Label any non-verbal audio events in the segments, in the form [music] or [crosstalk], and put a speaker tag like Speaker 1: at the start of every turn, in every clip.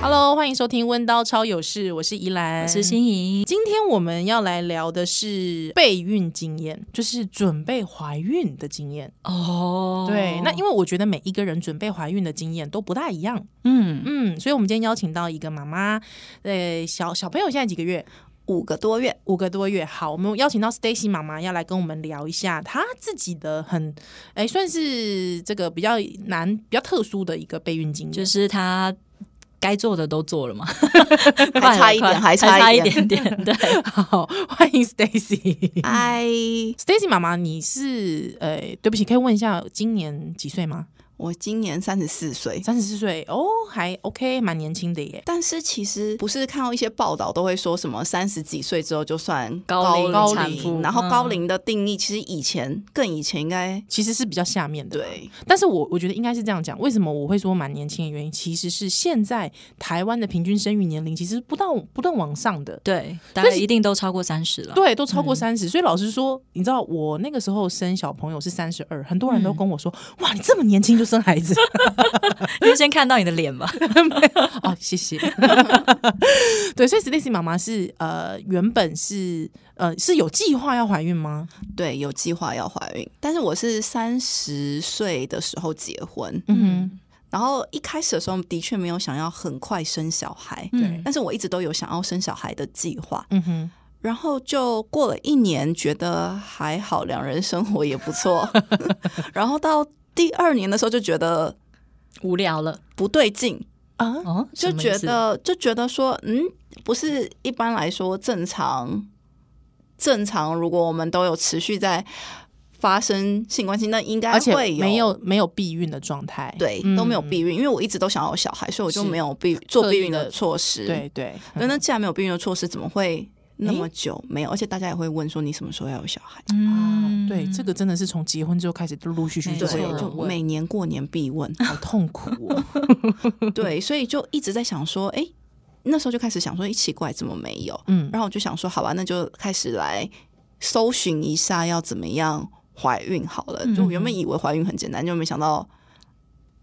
Speaker 1: Hello，欢迎收听《温刀超有事》，我是宜兰，
Speaker 2: 我是心怡，
Speaker 1: 今天我们要来聊的是备孕经验，就是准备怀孕的经验。
Speaker 2: 哦
Speaker 1: 对，那因为我觉得每一个人准备怀孕的经验都不大一样，
Speaker 2: 嗯，
Speaker 1: 嗯，所以我们今天邀请到一个妈妈，呃，小小朋友现在几个月？
Speaker 3: 五个多月，
Speaker 1: 五个多月。好，我们邀请到 Stacy 妈妈要来跟我们聊一下她自己的很，哎，算是这个比较难、比较特殊的一个备孕经验，
Speaker 2: 就是他该做的都做了嘛，
Speaker 3: [laughs] 还差一
Speaker 2: 快了
Speaker 3: 点，还
Speaker 2: 差
Speaker 3: 差
Speaker 2: 一
Speaker 3: 一
Speaker 2: 点点， [laughs] 对，
Speaker 1: [laughs] 好，欢迎 Stacy。 [laughs]
Speaker 3: 哎，
Speaker 1: Stacy 妈妈，你是呃，对不起，可以问一下今年几岁吗？
Speaker 3: 我今年三十四岁，
Speaker 1: 三十四岁哦，还 OK，蛮年轻的耶。
Speaker 3: 但是其实不是看到一些报道都会说什么三十几岁之后就算
Speaker 2: 高龄
Speaker 3: 高
Speaker 2: 产妇
Speaker 3: 龄，然后
Speaker 2: 嗯
Speaker 3: 高龄的定义其实以前更以前应该
Speaker 1: 其实是比较下面的，。
Speaker 3: 对
Speaker 1: 但是我我觉得应该是这样讲，为什么我会说蛮年轻的原因，其实是现在台湾的平均生育年龄其实不到不断往上的，嗯
Speaker 2: 对，大概一定都超过三十了。
Speaker 1: 对，都超过三十、所以老实说，你知道我那个时候生小朋友是三十二，很多人都跟我说：“哇，你这么年轻就生 [laughs] 孩子
Speaker 2: 你就先看到你的脸吧。
Speaker 1: 哦，谢谢。 [laughs] 对，所以 Stacy 妈妈是呃，原本是呃是有计划要怀孕吗？
Speaker 3: 对有计划要怀孕，但是我是三十岁的时候结婚，
Speaker 1: 嗯
Speaker 3: 然后一开始的时候的确没有想要很快生小孩，
Speaker 2: 嗯
Speaker 3: 但是我一直都有想要生小孩的计划，
Speaker 1: 哼，嗯哼，
Speaker 3: 然后就过了一年，觉得还好，两人生活也不错。
Speaker 1: [laughs]
Speaker 3: 然后到第二年的时候，就觉得
Speaker 2: 无聊了
Speaker 3: 不对劲，
Speaker 1: 啊，
Speaker 2: 哦，
Speaker 3: 就
Speaker 2: 什么意
Speaker 3: 觉
Speaker 2: 思
Speaker 3: 得就觉得说，嗯，不是一般来说正常正常，如果我们都有持续在发生性关系，那应该
Speaker 1: 而且
Speaker 3: 会
Speaker 1: 没有没有避孕的状态，
Speaker 3: 对
Speaker 1: 嗯
Speaker 3: 都没有避孕，因为我一直都想要有小孩，所以我就是没有避做
Speaker 1: 刻
Speaker 3: 避
Speaker 1: 意
Speaker 3: 孕
Speaker 1: 地
Speaker 3: 的措施。
Speaker 1: 对嗯对，
Speaker 3: 那那既然没有避孕的措施，怎么会那么久没有？而且大家也会问说，你什么时候要有小孩？
Speaker 1: 嗯，
Speaker 3: 哦
Speaker 1: 对，这个真的是从结婚之后开始，陆陆续续
Speaker 2: 没
Speaker 1: 就
Speaker 2: 错
Speaker 1: 会有
Speaker 3: 对，
Speaker 1: 人
Speaker 3: 就
Speaker 2: 问
Speaker 3: 每年过年必问。 [laughs]
Speaker 1: 好痛苦哦。
Speaker 3: 对，所以就一直在想说，哎、那时候就开始想说，哎、奇怪，怎么没有？
Speaker 1: 嗯，
Speaker 3: 然后我就想说，好吧，那就开始来搜寻一下要怎么样怀孕好了。就我原
Speaker 1: 嗯
Speaker 3: 本以为怀孕很简单，就没想到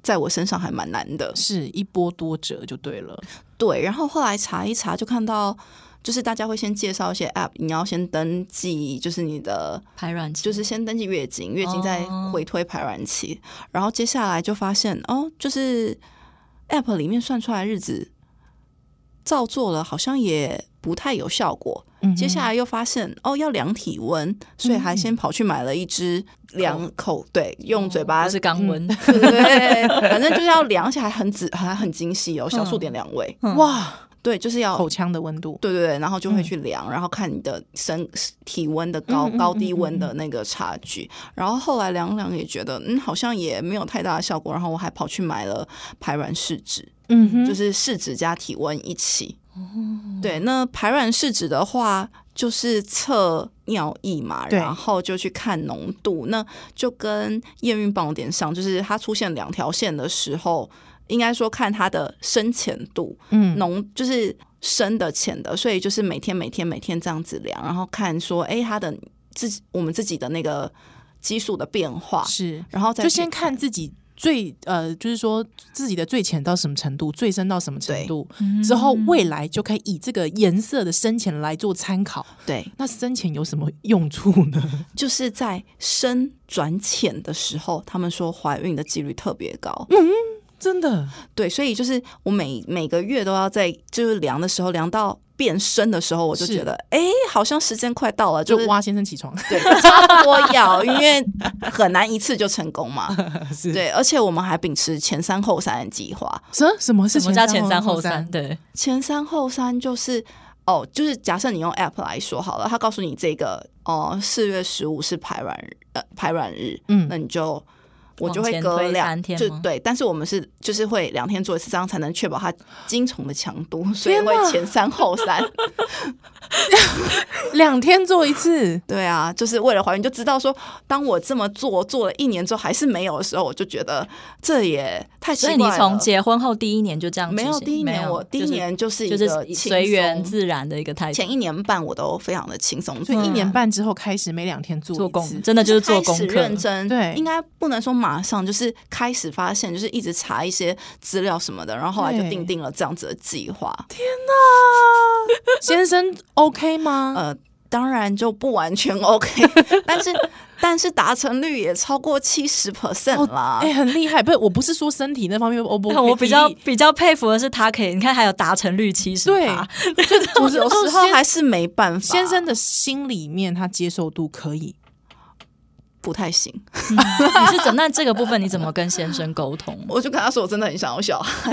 Speaker 3: 在我身上还蛮难的。
Speaker 1: 是一波多折就对了。
Speaker 3: 对，然后后来查一查，就看到。就是大家会先介绍一些 app，你要先登记，就是你的
Speaker 2: 排卵期
Speaker 3: 就是先登记月经，月经再
Speaker 2: 哦
Speaker 3: 回推排卵期，然后接下来就发现哦，就是 App 里面算出来日子，照做了好像也不太有效果。
Speaker 1: 嗯
Speaker 3: 接下来又发现哦，要量体温，所以还先
Speaker 2: 嗯
Speaker 3: 跑去买了一支量口，
Speaker 2: 哦
Speaker 3: 对，用嘴巴、嗯
Speaker 2: 不是肛温，
Speaker 3: 对对 [laughs] 对，反正就是要量，而且还很仔还很精细哦，小数点量位，
Speaker 2: 嗯
Speaker 1: 哇，
Speaker 3: 对，就是要
Speaker 1: 口腔的温度，
Speaker 3: 对对对，然后就会去量，然后看你的身体温的高、
Speaker 1: 嗯嗯嗯
Speaker 3: 高低温的那个差距。然后后来量量也觉得，嗯，好像也没有太大的效果。然后我还跑去买了排卵试纸，
Speaker 1: 嗯哦哼，
Speaker 3: 就是试纸加体温一起。对，那排卵试纸的话，就是测尿液嘛，
Speaker 1: 对
Speaker 3: 然后就去看浓度，那就跟验孕棒有点像，就是它出现两条线的时候，应该说看它的深浅度。
Speaker 1: 嗯
Speaker 3: 浓就是深的浅的，所以就是每天每天每天这样子量，然后看说，哎、它的自己我们自己的那个激素的变化，
Speaker 1: 是，
Speaker 3: 然后再
Speaker 1: 就
Speaker 3: 去
Speaker 1: 先看自己最呃，就是说自己的最浅到什么程度，最深到什么程
Speaker 3: 对
Speaker 1: 度，之后未来就可以以这个颜色的深浅来做参考。
Speaker 3: 对，
Speaker 1: 那深浅有什么用处呢？ [laughs]
Speaker 3: 就是在深转浅的时候，他们说怀孕的几率特别高，
Speaker 1: 真的，
Speaker 3: 对，所以就是我每每个月都要在就是量的时候量到变深的时候，我就是觉得，哎、好像时间快到了，
Speaker 1: 就是蛙先生起床
Speaker 3: 对，差不多要，因为很难一次就成功嘛。
Speaker 1: 是
Speaker 3: [laughs] 对，而且我们还秉持前三后三的计划，
Speaker 1: 什么什么是
Speaker 2: 什么叫前
Speaker 1: 三
Speaker 2: 三后三
Speaker 1: 三？？
Speaker 2: 对，
Speaker 3: 前三后三就是哦，就是假设你用 App 来说好了，它告诉你这个哦，四、4月十五是排卵日，呃，排卵日，
Speaker 1: 嗯
Speaker 3: 那你就我就
Speaker 2: 往
Speaker 3: 会
Speaker 2: 前
Speaker 3: 隔
Speaker 2: 推
Speaker 3: 两
Speaker 2: 三天
Speaker 3: 就
Speaker 2: 吗
Speaker 3: 对，但是我们是就是会两天做一次，这样才能确保它精虫的强度，所以
Speaker 1: 天
Speaker 3: 会
Speaker 1: 哪
Speaker 3: 前三后三。
Speaker 1: [laughs] 两天做一次，
Speaker 3: [laughs] 对啊，就是为了怀孕，就知道说，当我这么做做了一年之后还是没有的时候，我就觉得这也太奇
Speaker 2: 所
Speaker 3: 怪
Speaker 2: 以
Speaker 3: 了。
Speaker 2: 你从结婚后第一年就这样执
Speaker 3: 没
Speaker 2: 行？
Speaker 3: 有第一年，我第一年就是
Speaker 2: 就
Speaker 3: 一
Speaker 2: 是
Speaker 3: 个
Speaker 2: 就是
Speaker 3: 轻
Speaker 2: 随缘
Speaker 3: 松
Speaker 2: 自然的一个态度，
Speaker 3: 前一年半我都非常的轻松，
Speaker 1: 所
Speaker 3: 所以
Speaker 1: 以
Speaker 3: 一
Speaker 1: 一
Speaker 3: 年
Speaker 1: 年半之后开始每两天做
Speaker 2: 做
Speaker 1: 一
Speaker 2: 功
Speaker 1: 次，
Speaker 2: 真的就是做功
Speaker 3: 嗯开始
Speaker 2: 课，
Speaker 3: 认真，
Speaker 1: 对
Speaker 3: 应该不能说马上，就是开始发现，就是一直查一些资料什么的，然后后来就
Speaker 1: 对
Speaker 3: 定定了这样子的计划。
Speaker 1: 先生 OK 吗？
Speaker 3: 呃，当然就不完全 [laughs] OK，但是但是达成率也超过七十 percent 啦。
Speaker 1: 哎、很厉害，不是，我不是说身体那方面 O 不 OK，
Speaker 2: 但 [laughs] [laughs] 我比较
Speaker 1: 比例
Speaker 2: 比较佩服的是，他可以，你看还有达成率七十，
Speaker 1: 对，
Speaker 3: 我有时候还是没办法，
Speaker 1: 先生的心里面他接受度可以，
Speaker 3: 不太行。
Speaker 2: [laughs] 你是怎那这个部分你怎么跟先生沟通？
Speaker 3: 我就跟他说，我真的很想要小孩。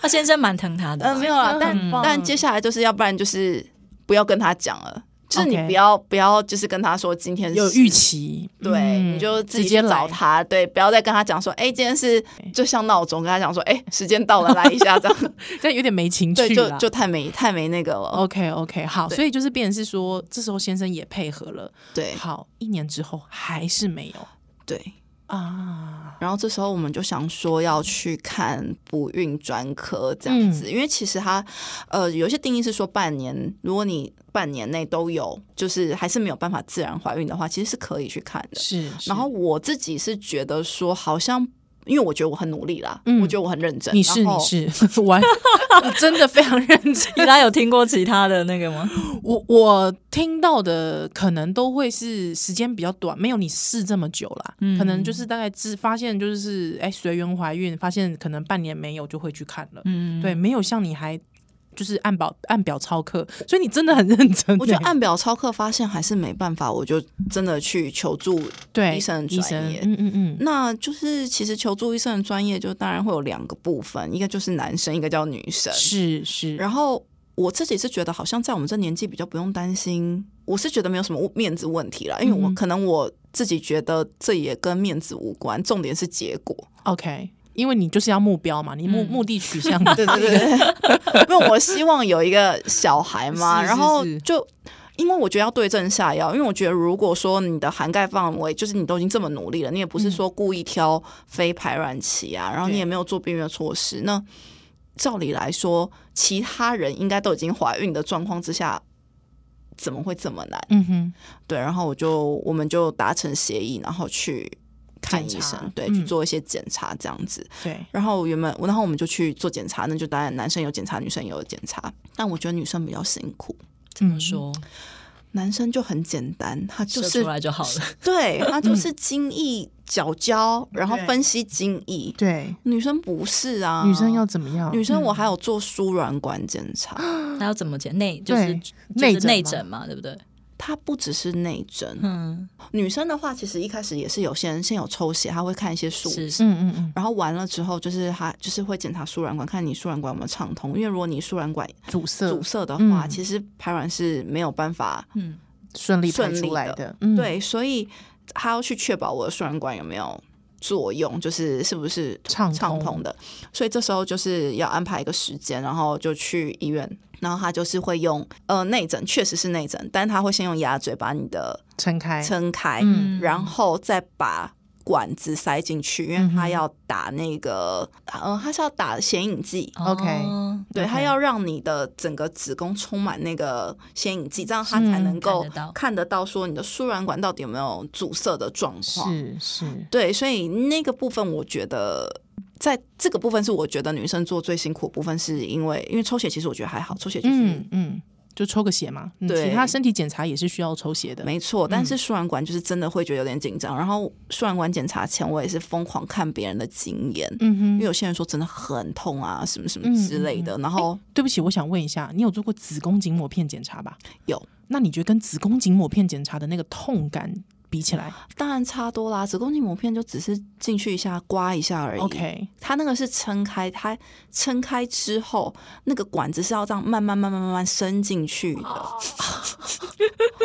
Speaker 2: 他先生蛮疼他的吧，
Speaker 3: 嗯，没有啦，但
Speaker 1: 很棒
Speaker 3: 但接下来就是要不然就是不要跟他讲了，就是你
Speaker 1: OK
Speaker 3: 不要不要就是跟他说今天
Speaker 1: 有
Speaker 3: 是
Speaker 1: 预期，
Speaker 3: 对，
Speaker 1: 嗯
Speaker 3: 你就自
Speaker 1: 直
Speaker 3: 己去
Speaker 1: 接
Speaker 3: 找
Speaker 1: 来。
Speaker 3: 他，对，不要再跟他讲说，哎、今天是就像闹钟，跟他讲说，哎、时间到了，来一下
Speaker 1: [laughs]
Speaker 3: 这样，
Speaker 1: 这有点没情
Speaker 3: 对，
Speaker 1: 趣
Speaker 3: 就
Speaker 1: 了。
Speaker 3: 就太没太没那个了，
Speaker 1: OK OK，好，所以就是变成是说，这时候先生也配合了。
Speaker 3: 对
Speaker 1: 好，一年之后还是没有
Speaker 3: 对。
Speaker 1: 啊。
Speaker 3: 然后这时候我们就想说要去看不孕专科这样
Speaker 1: 嗯
Speaker 3: 子，因为其实它呃有一些定义是说半年，如果你半年内都有，就是还是没有办法自然怀孕的话，其实是可以去看的。
Speaker 1: 是，是
Speaker 3: 然后我自己是觉得说，好像因为我觉得我很努力啦，
Speaker 1: 嗯
Speaker 3: 我觉得我很认真，
Speaker 1: 你是
Speaker 3: 然后
Speaker 1: 你是 [laughs] 玩，我真的非常认真。
Speaker 2: 伊拉有听过其他的那个吗？
Speaker 1: 我我听到的可能都会是时间比较短，没有你试这么久啦。
Speaker 2: 嗯
Speaker 1: 可能就是大概只发现就是哎随缘怀孕，发现可能半年没有就会去看了。
Speaker 2: 嗯，
Speaker 1: 对，没有像你还就是按表按表操课，所以你真的很认真欸。
Speaker 3: 我觉得按表操课发现还是没办法，我就真的去求助。
Speaker 1: 对
Speaker 3: 医生的
Speaker 1: 医
Speaker 3: 专
Speaker 1: 生
Speaker 3: 业，
Speaker 1: 嗯嗯嗯，
Speaker 3: 那就是其实求助医生的专业，就当然会有两个部分，一个就是男生，一个叫女生。
Speaker 1: 是是，
Speaker 3: 然后我自己是觉得，好像在我们这年纪比较不用担心，我是觉得没有什么面子问题啦，因为我
Speaker 1: 嗯
Speaker 3: 可能我自己觉得这也跟面子无关，重点是结果。
Speaker 1: OK，因为你就是要目标嘛，你目、
Speaker 2: 嗯
Speaker 1: 目的取 [laughs] 向嘛，
Speaker 3: 对对对，啊 [laughs] 因为我希望有一个小孩嘛，
Speaker 1: [laughs] 是是
Speaker 3: 然后
Speaker 1: 是
Speaker 3: 就。因为我觉得要对症下药，因为我觉得如果说你的涵盖范围就是你都已经这么努力了，你也不是说故意挑非排卵期啊，然后你
Speaker 1: 嗯对
Speaker 3: 也没有做避孕的措施，那照理来说，其他人应该都已经怀孕的状况之下，怎么会这么难？
Speaker 1: 嗯哼，
Speaker 3: 对，然后我就我们就达成协议，然后去看医
Speaker 1: 检查
Speaker 3: 生，对，
Speaker 1: 嗯
Speaker 3: 去做一些检查这样子。
Speaker 1: 对，
Speaker 3: 然后原本，然后我们就去做检查，那就当然男生有检查，女生也有检查。但我觉得女生比较辛苦，
Speaker 2: 怎么说？
Speaker 3: 男生就很简单，他就
Speaker 2: 射
Speaker 3: 是
Speaker 2: 出来就好了。
Speaker 3: [laughs] 对他就是精益角胶，然后
Speaker 1: 嗯对
Speaker 3: 分析精益。
Speaker 1: 对，
Speaker 3: 女生不是啊，
Speaker 1: 嗯女生要嗯怎么样？
Speaker 3: 女生我还有做输卵管检查，
Speaker 2: 那要怎么剪？内就是
Speaker 1: 对
Speaker 2: 就是内
Speaker 1: 内
Speaker 2: 诊
Speaker 1: 诊
Speaker 2: 嘛，对不对？
Speaker 3: 它不只是内诊。
Speaker 2: 嗯，
Speaker 3: 女生的话，其实一开始也是有些人先有抽血，她会看一些数
Speaker 2: 是是，
Speaker 1: 嗯嗯嗯，
Speaker 3: 然后完了之后，就是他就是会检查输卵管，看你输卵管有没有畅通。因为如果你输卵管
Speaker 1: 阻塞
Speaker 3: 阻塞的话，
Speaker 1: 嗯
Speaker 3: 其实排卵是没有办法。
Speaker 2: 嗯，
Speaker 1: 顺利
Speaker 3: 顺
Speaker 1: 排
Speaker 3: 利
Speaker 1: 出来
Speaker 3: 的
Speaker 1: 的，嗯，
Speaker 3: 对，所以他要去确保我的输卵管有没有作用，就是是不是
Speaker 1: 畅通
Speaker 3: 畅通的。所以这时候就是要安排一个时间，然后就去医院。然后他就是会用呃内诊，确实是内诊，但他会先用牙嘴把你的
Speaker 1: 撑开，
Speaker 3: 撑开，
Speaker 1: 嗯
Speaker 3: 然后再把管子塞进去，
Speaker 1: 嗯
Speaker 3: 因为
Speaker 1: 哼
Speaker 3: 他要打那个，嗯、呃，他是要打显影剂，
Speaker 1: OK
Speaker 2: 哦
Speaker 3: 对，它
Speaker 1: OK
Speaker 3: 要让你的整个子宫充满那个显影剂，这样它才
Speaker 1: 嗯
Speaker 3: 能够
Speaker 2: 看得到
Speaker 3: 看得到说你的输卵管到底有没有阻塞的状况。
Speaker 1: 是是，
Speaker 3: 对，所以那个部分我觉得。在这个部分是我觉得女生做最辛苦的部分，是因为因为抽血其实我觉得还好，抽血就是、
Speaker 1: 嗯嗯，就抽个血嘛，嗯
Speaker 3: 对
Speaker 1: 其他身体检查也是需要抽血的，
Speaker 3: 没错，但是输卵管就是真的会觉得有点紧张。然后输卵管检查前我也是疯狂看别人的经验，
Speaker 1: 嗯
Speaker 3: 因为
Speaker 1: 哼，
Speaker 3: 有些人说真的很痛啊，什么什么
Speaker 1: 嗯
Speaker 3: 之类的。然后
Speaker 1: 对不起，我想问一下，你有做过子宫颈抹片检查吧？
Speaker 3: 有，
Speaker 1: 那你觉得跟子宫颈抹片检查的那个痛感比起来
Speaker 3: 当然差多啦，子宫颈膜片就只是进去一下刮一下而已。
Speaker 1: ，OK，
Speaker 3: 它那个是撑开，它撑开之后，那个管子是要这样慢慢慢慢慢慢伸进去的，
Speaker 1: 哦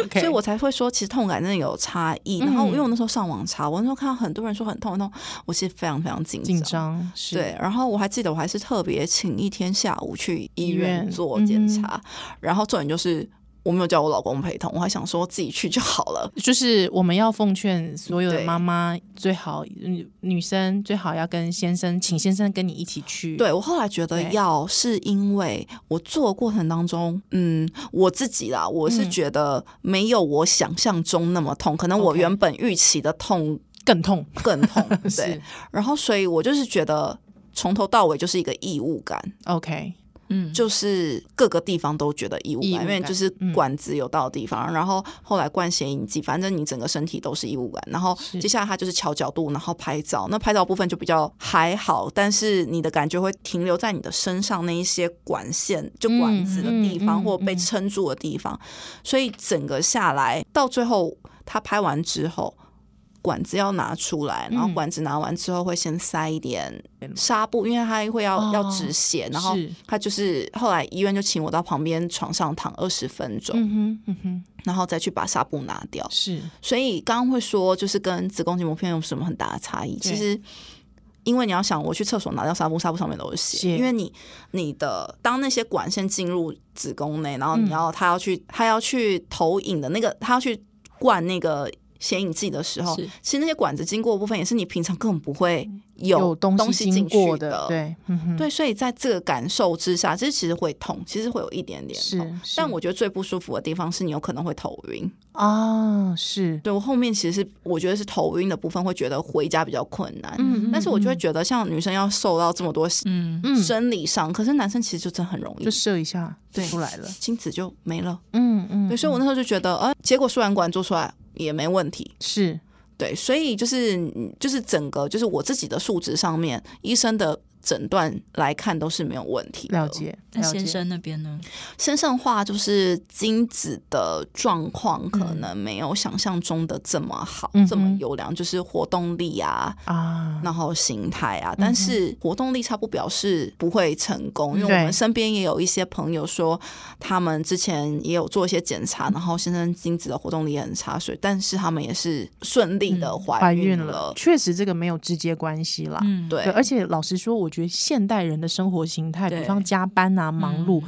Speaker 1: OK，
Speaker 3: 所以我才会说，其实痛感真的有差异。然后
Speaker 1: 嗯
Speaker 3: 因为我那时候上网查，我那时候看到很多人说很痛很痛，我其实非常非常
Speaker 1: [laughs]
Speaker 3: 紧
Speaker 1: 紧张是
Speaker 3: 对，然后我还记得，我还是特别请一天下午去医
Speaker 1: 医
Speaker 3: 院
Speaker 1: 院
Speaker 3: 做检
Speaker 1: 嗯
Speaker 3: 查，然后重点就是我没有叫我老公陪同，我还想说自己去就好了。
Speaker 1: 就是我们要奉劝所有的
Speaker 3: 对
Speaker 1: 妈妈，最好女女生最好要跟先生，请先生跟你一起去。
Speaker 3: 对我后来觉得
Speaker 1: 对
Speaker 3: 要是因为我做的过程当中，嗯，我自己啦，我是
Speaker 1: 嗯
Speaker 3: 觉得没有我想象中那么痛，可能我
Speaker 1: OK
Speaker 3: 原本预期的痛
Speaker 1: 更痛。，
Speaker 3: 更痛
Speaker 1: [laughs] 是
Speaker 3: 对，然后所以我就是觉得从头到尾就是一个异物感，
Speaker 1: OK，嗯，
Speaker 3: 就是各个地方都觉得异物感，
Speaker 1: 异物感嗯
Speaker 3: 因为就是管子有到的地方，然后后来灌显影剂，反正你整个身体都是异物感。然后
Speaker 1: 是
Speaker 3: 接下来他就是调角度，然后拍照。那拍照部分就比较还好，但是你的感觉会停留在你的身上那一些管线，就管子的地
Speaker 1: 嗯
Speaker 3: 方、
Speaker 1: 嗯嗯
Speaker 3: 或被撑住的地方，所以整个下来到最后他拍完之后。管子要拿出来，然后
Speaker 1: 嗯
Speaker 3: 管子拿完之后会先塞一点纱布，因为它会要、要
Speaker 1: 哦
Speaker 3: 止血，然后
Speaker 1: 是
Speaker 3: 他就是后来医院就请我到旁边床上躺二十分钟，
Speaker 1: 嗯哼嗯哼，
Speaker 3: 然后再去把纱布拿掉。
Speaker 1: 是
Speaker 3: 所以刚刚会说，就是跟子宫颈膜片有什么很大的差异？
Speaker 1: 对
Speaker 3: 其实。因为你要想，我去厕所拿掉纱布，纱布上面都是血。
Speaker 1: 血
Speaker 3: 因为你你的当那些管线进入子宫内，
Speaker 1: 嗯
Speaker 3: 然后你要它要去它要去投影的那个，它要去灌那个显影剂的时候
Speaker 1: 是，
Speaker 3: 其实那些管子经过的部分也是你平常根本不会有
Speaker 1: 东
Speaker 3: 东
Speaker 1: 西
Speaker 3: 进
Speaker 1: 经
Speaker 3: 去
Speaker 1: 过的，对，嗯哼，
Speaker 3: 对，所以在这个感受之下，其实其实会痛，其实会有一点点
Speaker 1: 是
Speaker 3: 痛。
Speaker 1: 是
Speaker 3: 但我觉得最不舒服的地方是你有可能会头晕。
Speaker 1: 啊，是，
Speaker 3: 对我后面其实是我觉得是头晕的部分，会觉得回家比较困难。
Speaker 1: 嗯
Speaker 3: 但是我就会觉得，像女生要受到这么多
Speaker 2: 嗯，
Speaker 1: 嗯，
Speaker 3: 生理上，可是男生其实就真的很容易
Speaker 1: 就，射一下
Speaker 3: 对
Speaker 1: 出来了，
Speaker 3: 精子就没了。
Speaker 1: 嗯嗯，
Speaker 3: 对，所以我那时候就觉得，呃，结果输卵管做出来也没问题。
Speaker 1: 嗯是
Speaker 3: 对，所以就是就是整个就是我自己的数值上面，医生的诊断来看都是没有问题的。
Speaker 1: 了解，
Speaker 2: 那
Speaker 1: 了
Speaker 2: 先
Speaker 1: 解，
Speaker 2: 生那边呢？
Speaker 3: 先生化就是精子的状况可能没有想象中的这么好，
Speaker 1: 嗯嗯哼
Speaker 3: 这么优良，就是活动力啊，
Speaker 1: 啊，
Speaker 3: 然后形态
Speaker 1: 嗯
Speaker 3: 啊。但是活动力差不表示不会成功，因为
Speaker 1: 对
Speaker 3: 我们身边也有一些朋友说，他们之前也有做一些检
Speaker 1: 嗯
Speaker 3: 查，然后先生精子的活动力也很差，所以但是他们也是顺利的
Speaker 1: 嗯怀
Speaker 3: 怀
Speaker 1: 孕
Speaker 3: 了。
Speaker 1: 确实这个没有直接关系啦，
Speaker 2: 嗯，
Speaker 3: 对
Speaker 1: 对，，而且老实说，我觉得现代人的生活形态，
Speaker 2: 对
Speaker 1: 比方加班啊、
Speaker 2: 嗯
Speaker 1: 忙
Speaker 3: 嗯
Speaker 1: 碌，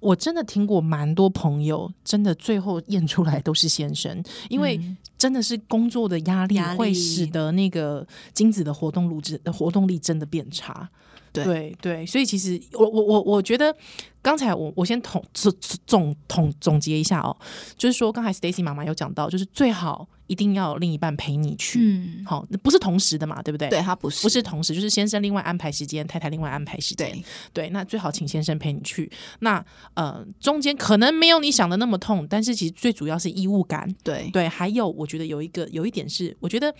Speaker 1: 我真的听过蛮多朋友，真的最后验出来都是先生，因为真的是工作的压力
Speaker 2: 压力
Speaker 1: 会使得那个精子的活动路之呃活动力真的变差。
Speaker 3: 对
Speaker 1: 对对所以其实我我我我觉得，刚才我我先统总总统总结一下哦，就是说刚才 Stacy 妈妈有讲到，就是最好一定要有另一半陪你去，
Speaker 2: 嗯，
Speaker 1: 好、那不是同时的嘛，对不对？
Speaker 3: 对他不是
Speaker 1: 不是同时，就是先生另外安排时间，太太另外安排时间。
Speaker 3: 对
Speaker 1: 对那最好请先生陪你去。那呃，中间可能没有你想的那么痛，但是其实最主要是义务感。
Speaker 3: 对
Speaker 1: 对，还有我觉得有一个有一点是，我觉得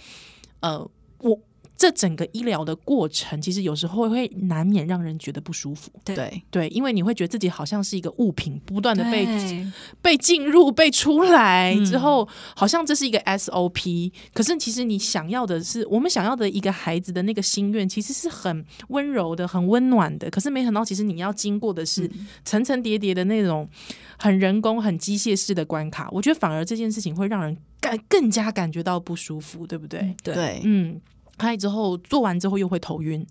Speaker 1: 呃，我这整个医疗的过程，其实有时候会难免让人觉得不舒服。
Speaker 2: 对
Speaker 3: 对
Speaker 1: 对，因为你会觉得自己好像是一个物品，不断的被
Speaker 2: 对，
Speaker 1: 被进入、被出来
Speaker 2: 嗯
Speaker 1: 之后，好像这是一个 SOP。可是其实你想要的是，我们想要的一个孩子的那个心愿，其实是很温柔的、很温暖的。可是没想到，其实你要经过的是层层叠叠的那种很人工、很机械式的关卡。我觉得反而这件事情会让人感更加感觉到不舒服，对不对？
Speaker 2: 对
Speaker 3: 对
Speaker 1: 嗯，还有之后做完之后又会头晕，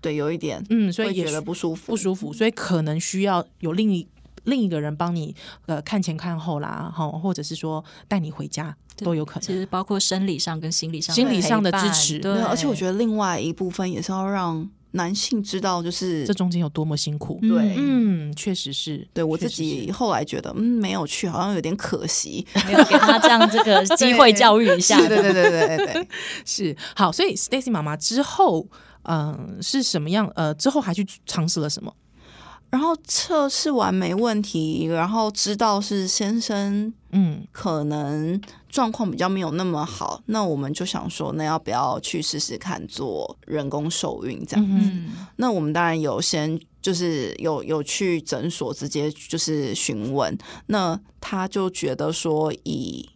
Speaker 3: 对，有一点
Speaker 1: 嗯，所
Speaker 3: 会
Speaker 1: 以也
Speaker 3: 觉得不舒服，
Speaker 1: 不舒服，所以可能需要有另一另一个人帮你呃看前看后啦，哈，或者是说带你回家
Speaker 2: 对
Speaker 1: 都有可
Speaker 2: 其
Speaker 1: 能。
Speaker 2: 实包括生理上跟心理上
Speaker 1: 心理上的
Speaker 2: 陪伴
Speaker 1: 支持
Speaker 2: 对
Speaker 3: 没有，，而且我觉得另外一部分也是要让男性知道，就是
Speaker 1: 这中间有多么辛苦？
Speaker 2: 嗯
Speaker 3: 对
Speaker 1: 嗯，确实是。
Speaker 3: 对我
Speaker 1: 确实
Speaker 3: 自己
Speaker 1: 是
Speaker 3: 后来觉得，嗯，没有去，好像有点可
Speaker 1: [laughs]
Speaker 3: 惜。
Speaker 2: 没有给他这样这
Speaker 3: [laughs]
Speaker 2: 个机会教育一下，
Speaker 3: 对对对对对对，
Speaker 1: 是好，所以 Stacy 妈妈之后，嗯、是什么样？呃，之后还去尝试了什么？
Speaker 3: 然后测试完没问题，然后知道是先生
Speaker 1: 嗯，
Speaker 3: 可能状况比较没有那么好，那我们就想说，那要不要去试试看做人工受孕这样？
Speaker 2: 嗯，
Speaker 3: 那我们当然有先就是有有去诊所直接就是询问，那他就觉得说以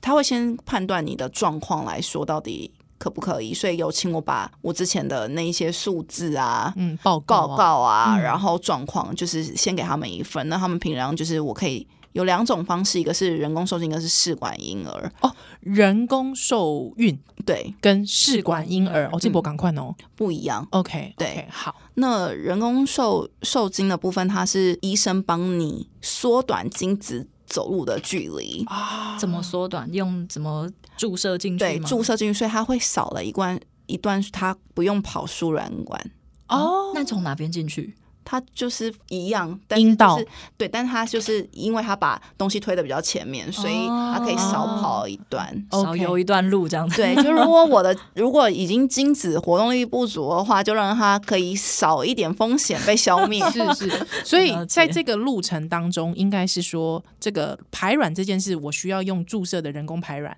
Speaker 3: 他会先判断你的状况来说到底可不可以，所以有请我把我之前的那一些数字啊。
Speaker 1: 嗯，报告
Speaker 3: 报
Speaker 1: 啊、
Speaker 3: 告啊，
Speaker 1: 嗯
Speaker 3: 然后状况就是先给他们一份，那他们平常就是我可以有两种方式，一个是人工受精，一个是试管婴儿。
Speaker 1: 人工受孕
Speaker 3: 对，
Speaker 1: 跟试管婴儿，哦，这波赶快哦。
Speaker 3: 不一样。
Speaker 1: OK，
Speaker 3: 嗯对
Speaker 1: 好，
Speaker 3: 那人工受受精的部分，它是医生帮你缩短精子走路的距离，
Speaker 1: 啊
Speaker 2: 嗯怎么缩短？用怎么注射进去
Speaker 3: 对，
Speaker 2: 吗？
Speaker 3: 注射进去，所以它会少了一段一段，它不用跑输卵管，
Speaker 1: 哦，
Speaker 2: 那从哪边进去？
Speaker 3: 它就是一样，但是
Speaker 1: 阴道
Speaker 3: 就是对，但它就是因为它把东西推的比较前面，所以
Speaker 1: 啊
Speaker 3: 它可以少跑一段。
Speaker 1: OK
Speaker 2: 少游一段路这样子。
Speaker 3: 对，就如果我的 [laughs] 如果已经精子活动力不足的话，就让它可以少一点风险被消灭。
Speaker 1: [laughs] 是是，所以
Speaker 2: 了解
Speaker 1: 在这个路程当中，应该是说这个排卵这件事，我需要用注射的人工排卵，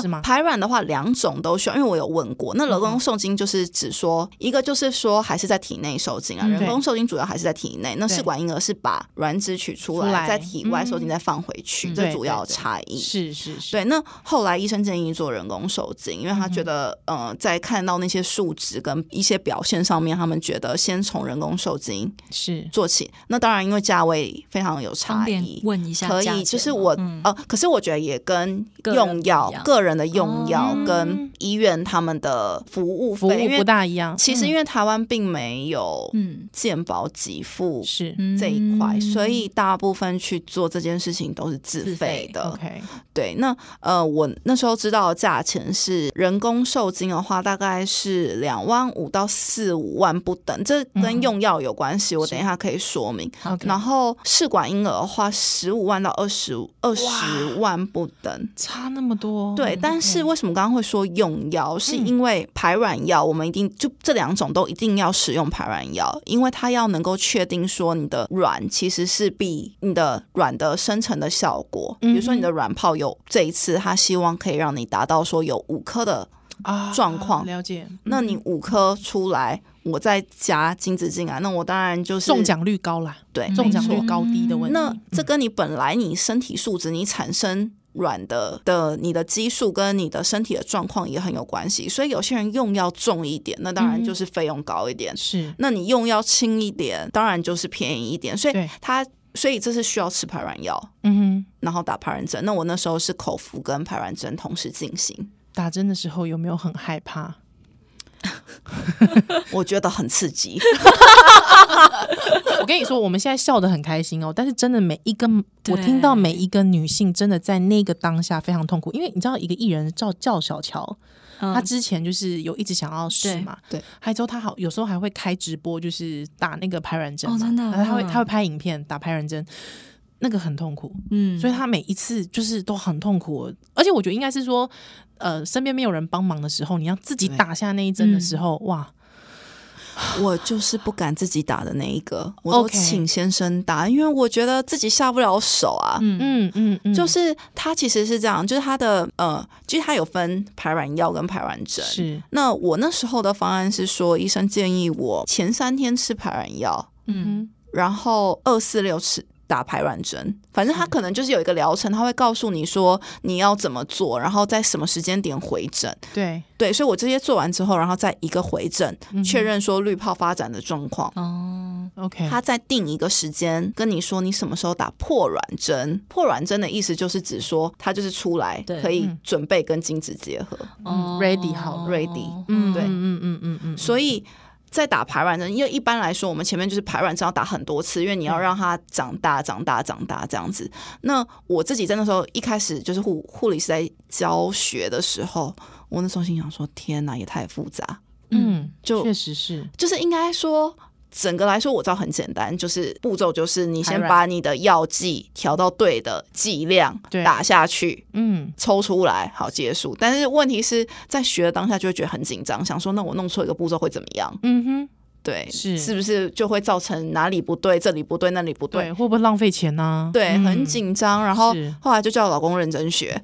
Speaker 1: 是吗？
Speaker 3: 哦排卵的话，两种都需要，因为我有问过。那人工受精就是指说，一个就是说还是在体内受精啊，
Speaker 1: 嗯
Speaker 3: 人工受精主要还是在体内。那
Speaker 1: 对
Speaker 3: 试管婴儿是把卵子取出
Speaker 1: 出
Speaker 3: 来，
Speaker 1: 来
Speaker 3: 在体外受精
Speaker 1: 嗯
Speaker 3: 再放回去，
Speaker 2: 嗯
Speaker 3: 这
Speaker 1: 对
Speaker 3: 主
Speaker 1: 对
Speaker 3: 要
Speaker 1: 对
Speaker 3: 差异。
Speaker 1: 是是是，
Speaker 3: 对，那后来医生建议做人工受精，因为他觉得，呃，在看到那些数值跟一些表现上面，他们觉得先从人工受精
Speaker 1: 是
Speaker 3: 做起。那当然，因为价位非常有
Speaker 2: 方
Speaker 3: 差
Speaker 2: 便
Speaker 3: 异，
Speaker 2: 问一下价
Speaker 3: 可
Speaker 2: 钱吗，
Speaker 3: 以，就是我、
Speaker 2: 嗯
Speaker 3: 呃，可是我觉得也跟
Speaker 2: 个人
Speaker 3: 用药
Speaker 2: 不一、样
Speaker 3: 个人的用药
Speaker 1: 哦
Speaker 3: 跟医院他们的服务
Speaker 1: 服
Speaker 3: 费，因
Speaker 1: 务
Speaker 3: 为
Speaker 1: 不大一样，
Speaker 3: 其实因为台湾并没有
Speaker 2: 嗯
Speaker 3: 健保给付
Speaker 1: 是
Speaker 2: 嗯
Speaker 3: 这一块，所以大部分去做这件事情都是自
Speaker 2: 自
Speaker 3: 费
Speaker 2: 费
Speaker 3: 的。
Speaker 1: OK，
Speaker 3: 对，那呃，我那时候知道的价钱是人工受精的话，大概是两万五到四五万不等，这跟
Speaker 1: 嗯
Speaker 3: 用药有关系，我等一下可以说明。
Speaker 1: OK
Speaker 3: 然后试管婴儿的话，十五万到二十二十万不等。
Speaker 1: 差哦那么多，
Speaker 3: 对，但是为什么刚刚会说用药？是
Speaker 1: 嗯
Speaker 3: 因为排卵药，我们一定就这两种都一定要使用排卵药，因为它要能够确定说你的卵其实是比你的卵的生成的效果，
Speaker 1: 嗯
Speaker 3: 比如说你的卵泡有这一次，它希望可以让你达到说有五颗的，
Speaker 1: 啊
Speaker 3: 状况嗯
Speaker 1: 了解，
Speaker 3: 那你五颗出来，我再加精子进来，那我当然就是
Speaker 1: 中奖率高啦，
Speaker 3: 对
Speaker 1: 中奖
Speaker 3: 没
Speaker 1: 率
Speaker 3: 错嗯
Speaker 1: 高低的问题，
Speaker 3: 那这跟你本来你身体素质，你产生卵的的你的激素跟你的身体的状况也很有关系。所以有些人用药重一点，那当然
Speaker 1: 嗯
Speaker 3: 就是费用高一点；
Speaker 1: 是
Speaker 3: 那你用药轻一点，当然就是便宜一点。所以
Speaker 1: 对
Speaker 3: 它，所以这是需要吃排卵药，
Speaker 1: 嗯
Speaker 3: 然后打排卵针。那我那时候是口服跟排卵针同时进行，
Speaker 1: 哼，打针的时候有没有很害怕？
Speaker 3: 我觉得很刺激。 [laughs]
Speaker 1: 我跟你说，我们现在笑得很开心哦，但是真的每一个，我
Speaker 2: 对
Speaker 1: 听到每一个女性真的在那个当下非常痛苦，因为你知道一个艺人叫叫小乔，
Speaker 2: 嗯
Speaker 1: 她之前就是有一直想要试嘛，
Speaker 3: 对对，
Speaker 1: 还之后她好有时候还会开直播，就是打那个排卵针嘛，
Speaker 2: 哦真的
Speaker 1: 然后她会
Speaker 2: 嗯
Speaker 1: 她会拍影片打排卵针，那个很痛苦，
Speaker 2: 嗯
Speaker 1: 所以她每一次就是都很痛苦，而且我觉得应该是说，呃，身边没有人帮忙的时候，你要自己打下那一针
Speaker 2: 嗯
Speaker 1: 的时候，哇，
Speaker 3: 我就是不敢自己打的那一个，我都
Speaker 1: OK
Speaker 3: 请先生打，因为我觉得自己下不了手啊。
Speaker 1: 嗯嗯嗯，
Speaker 3: 就是它其实是这样，就是它的呃，其实它有分排卵药跟排卵针。
Speaker 1: 是
Speaker 3: 那我那时候的方案是说，医生建议我前三天吃排卵药，
Speaker 2: 嗯
Speaker 1: 嗯
Speaker 3: 然后二四六吃打排卵针。
Speaker 1: 嗯
Speaker 3: 反正他可能就是有一个疗程，他会告诉你说你要怎么做，然后在什么时间点回诊。
Speaker 1: 对，
Speaker 3: 对，所以我这些做完之后，然后再一个回诊，
Speaker 1: 嗯
Speaker 3: 确认说滤泡发展的状况。
Speaker 2: 哦，
Speaker 1: OK，
Speaker 3: 他再定一个时间跟你说你什么时候打破卵针。破卵针的意思就是指说它就是出来
Speaker 2: 对
Speaker 3: 可以
Speaker 1: 嗯
Speaker 3: 准备跟精子结合，
Speaker 2: 哦
Speaker 1: ready 好
Speaker 3: 嗯 ready
Speaker 1: 嗯，
Speaker 3: 对
Speaker 1: 嗯嗯嗯嗯
Speaker 3: 所以。在打排卵针，因为一般来说，我们前面就是排卵针要打很多次，因为你
Speaker 2: 嗯
Speaker 3: 要让它长大、长大、长大这样子。那我自己在那时候一开始就是护护理师在教学的时候，我那时候心想说：天哪，也太复杂。
Speaker 1: 嗯，
Speaker 3: 就
Speaker 1: 确实是
Speaker 3: 就是应该说，整个来说我知道很简单，就是步骤就是你先
Speaker 1: 排卵
Speaker 3: 把你的药剂调到对的剂量
Speaker 1: 对
Speaker 3: 打下去。
Speaker 1: 嗯，
Speaker 3: 抽出来好结束，但是问题是在学的当下就会觉得很紧张，想说那我弄错一个步骤会怎么样？
Speaker 1: 嗯哼，
Speaker 3: 对，
Speaker 1: 是
Speaker 3: 是不是就会造成哪里不对，这里不对，那里不对
Speaker 1: 对，？会不会浪费钱呢、
Speaker 3: 对，
Speaker 1: 嗯
Speaker 3: 很。紧张。然后
Speaker 1: 是
Speaker 3: 后来就叫我老公认真学，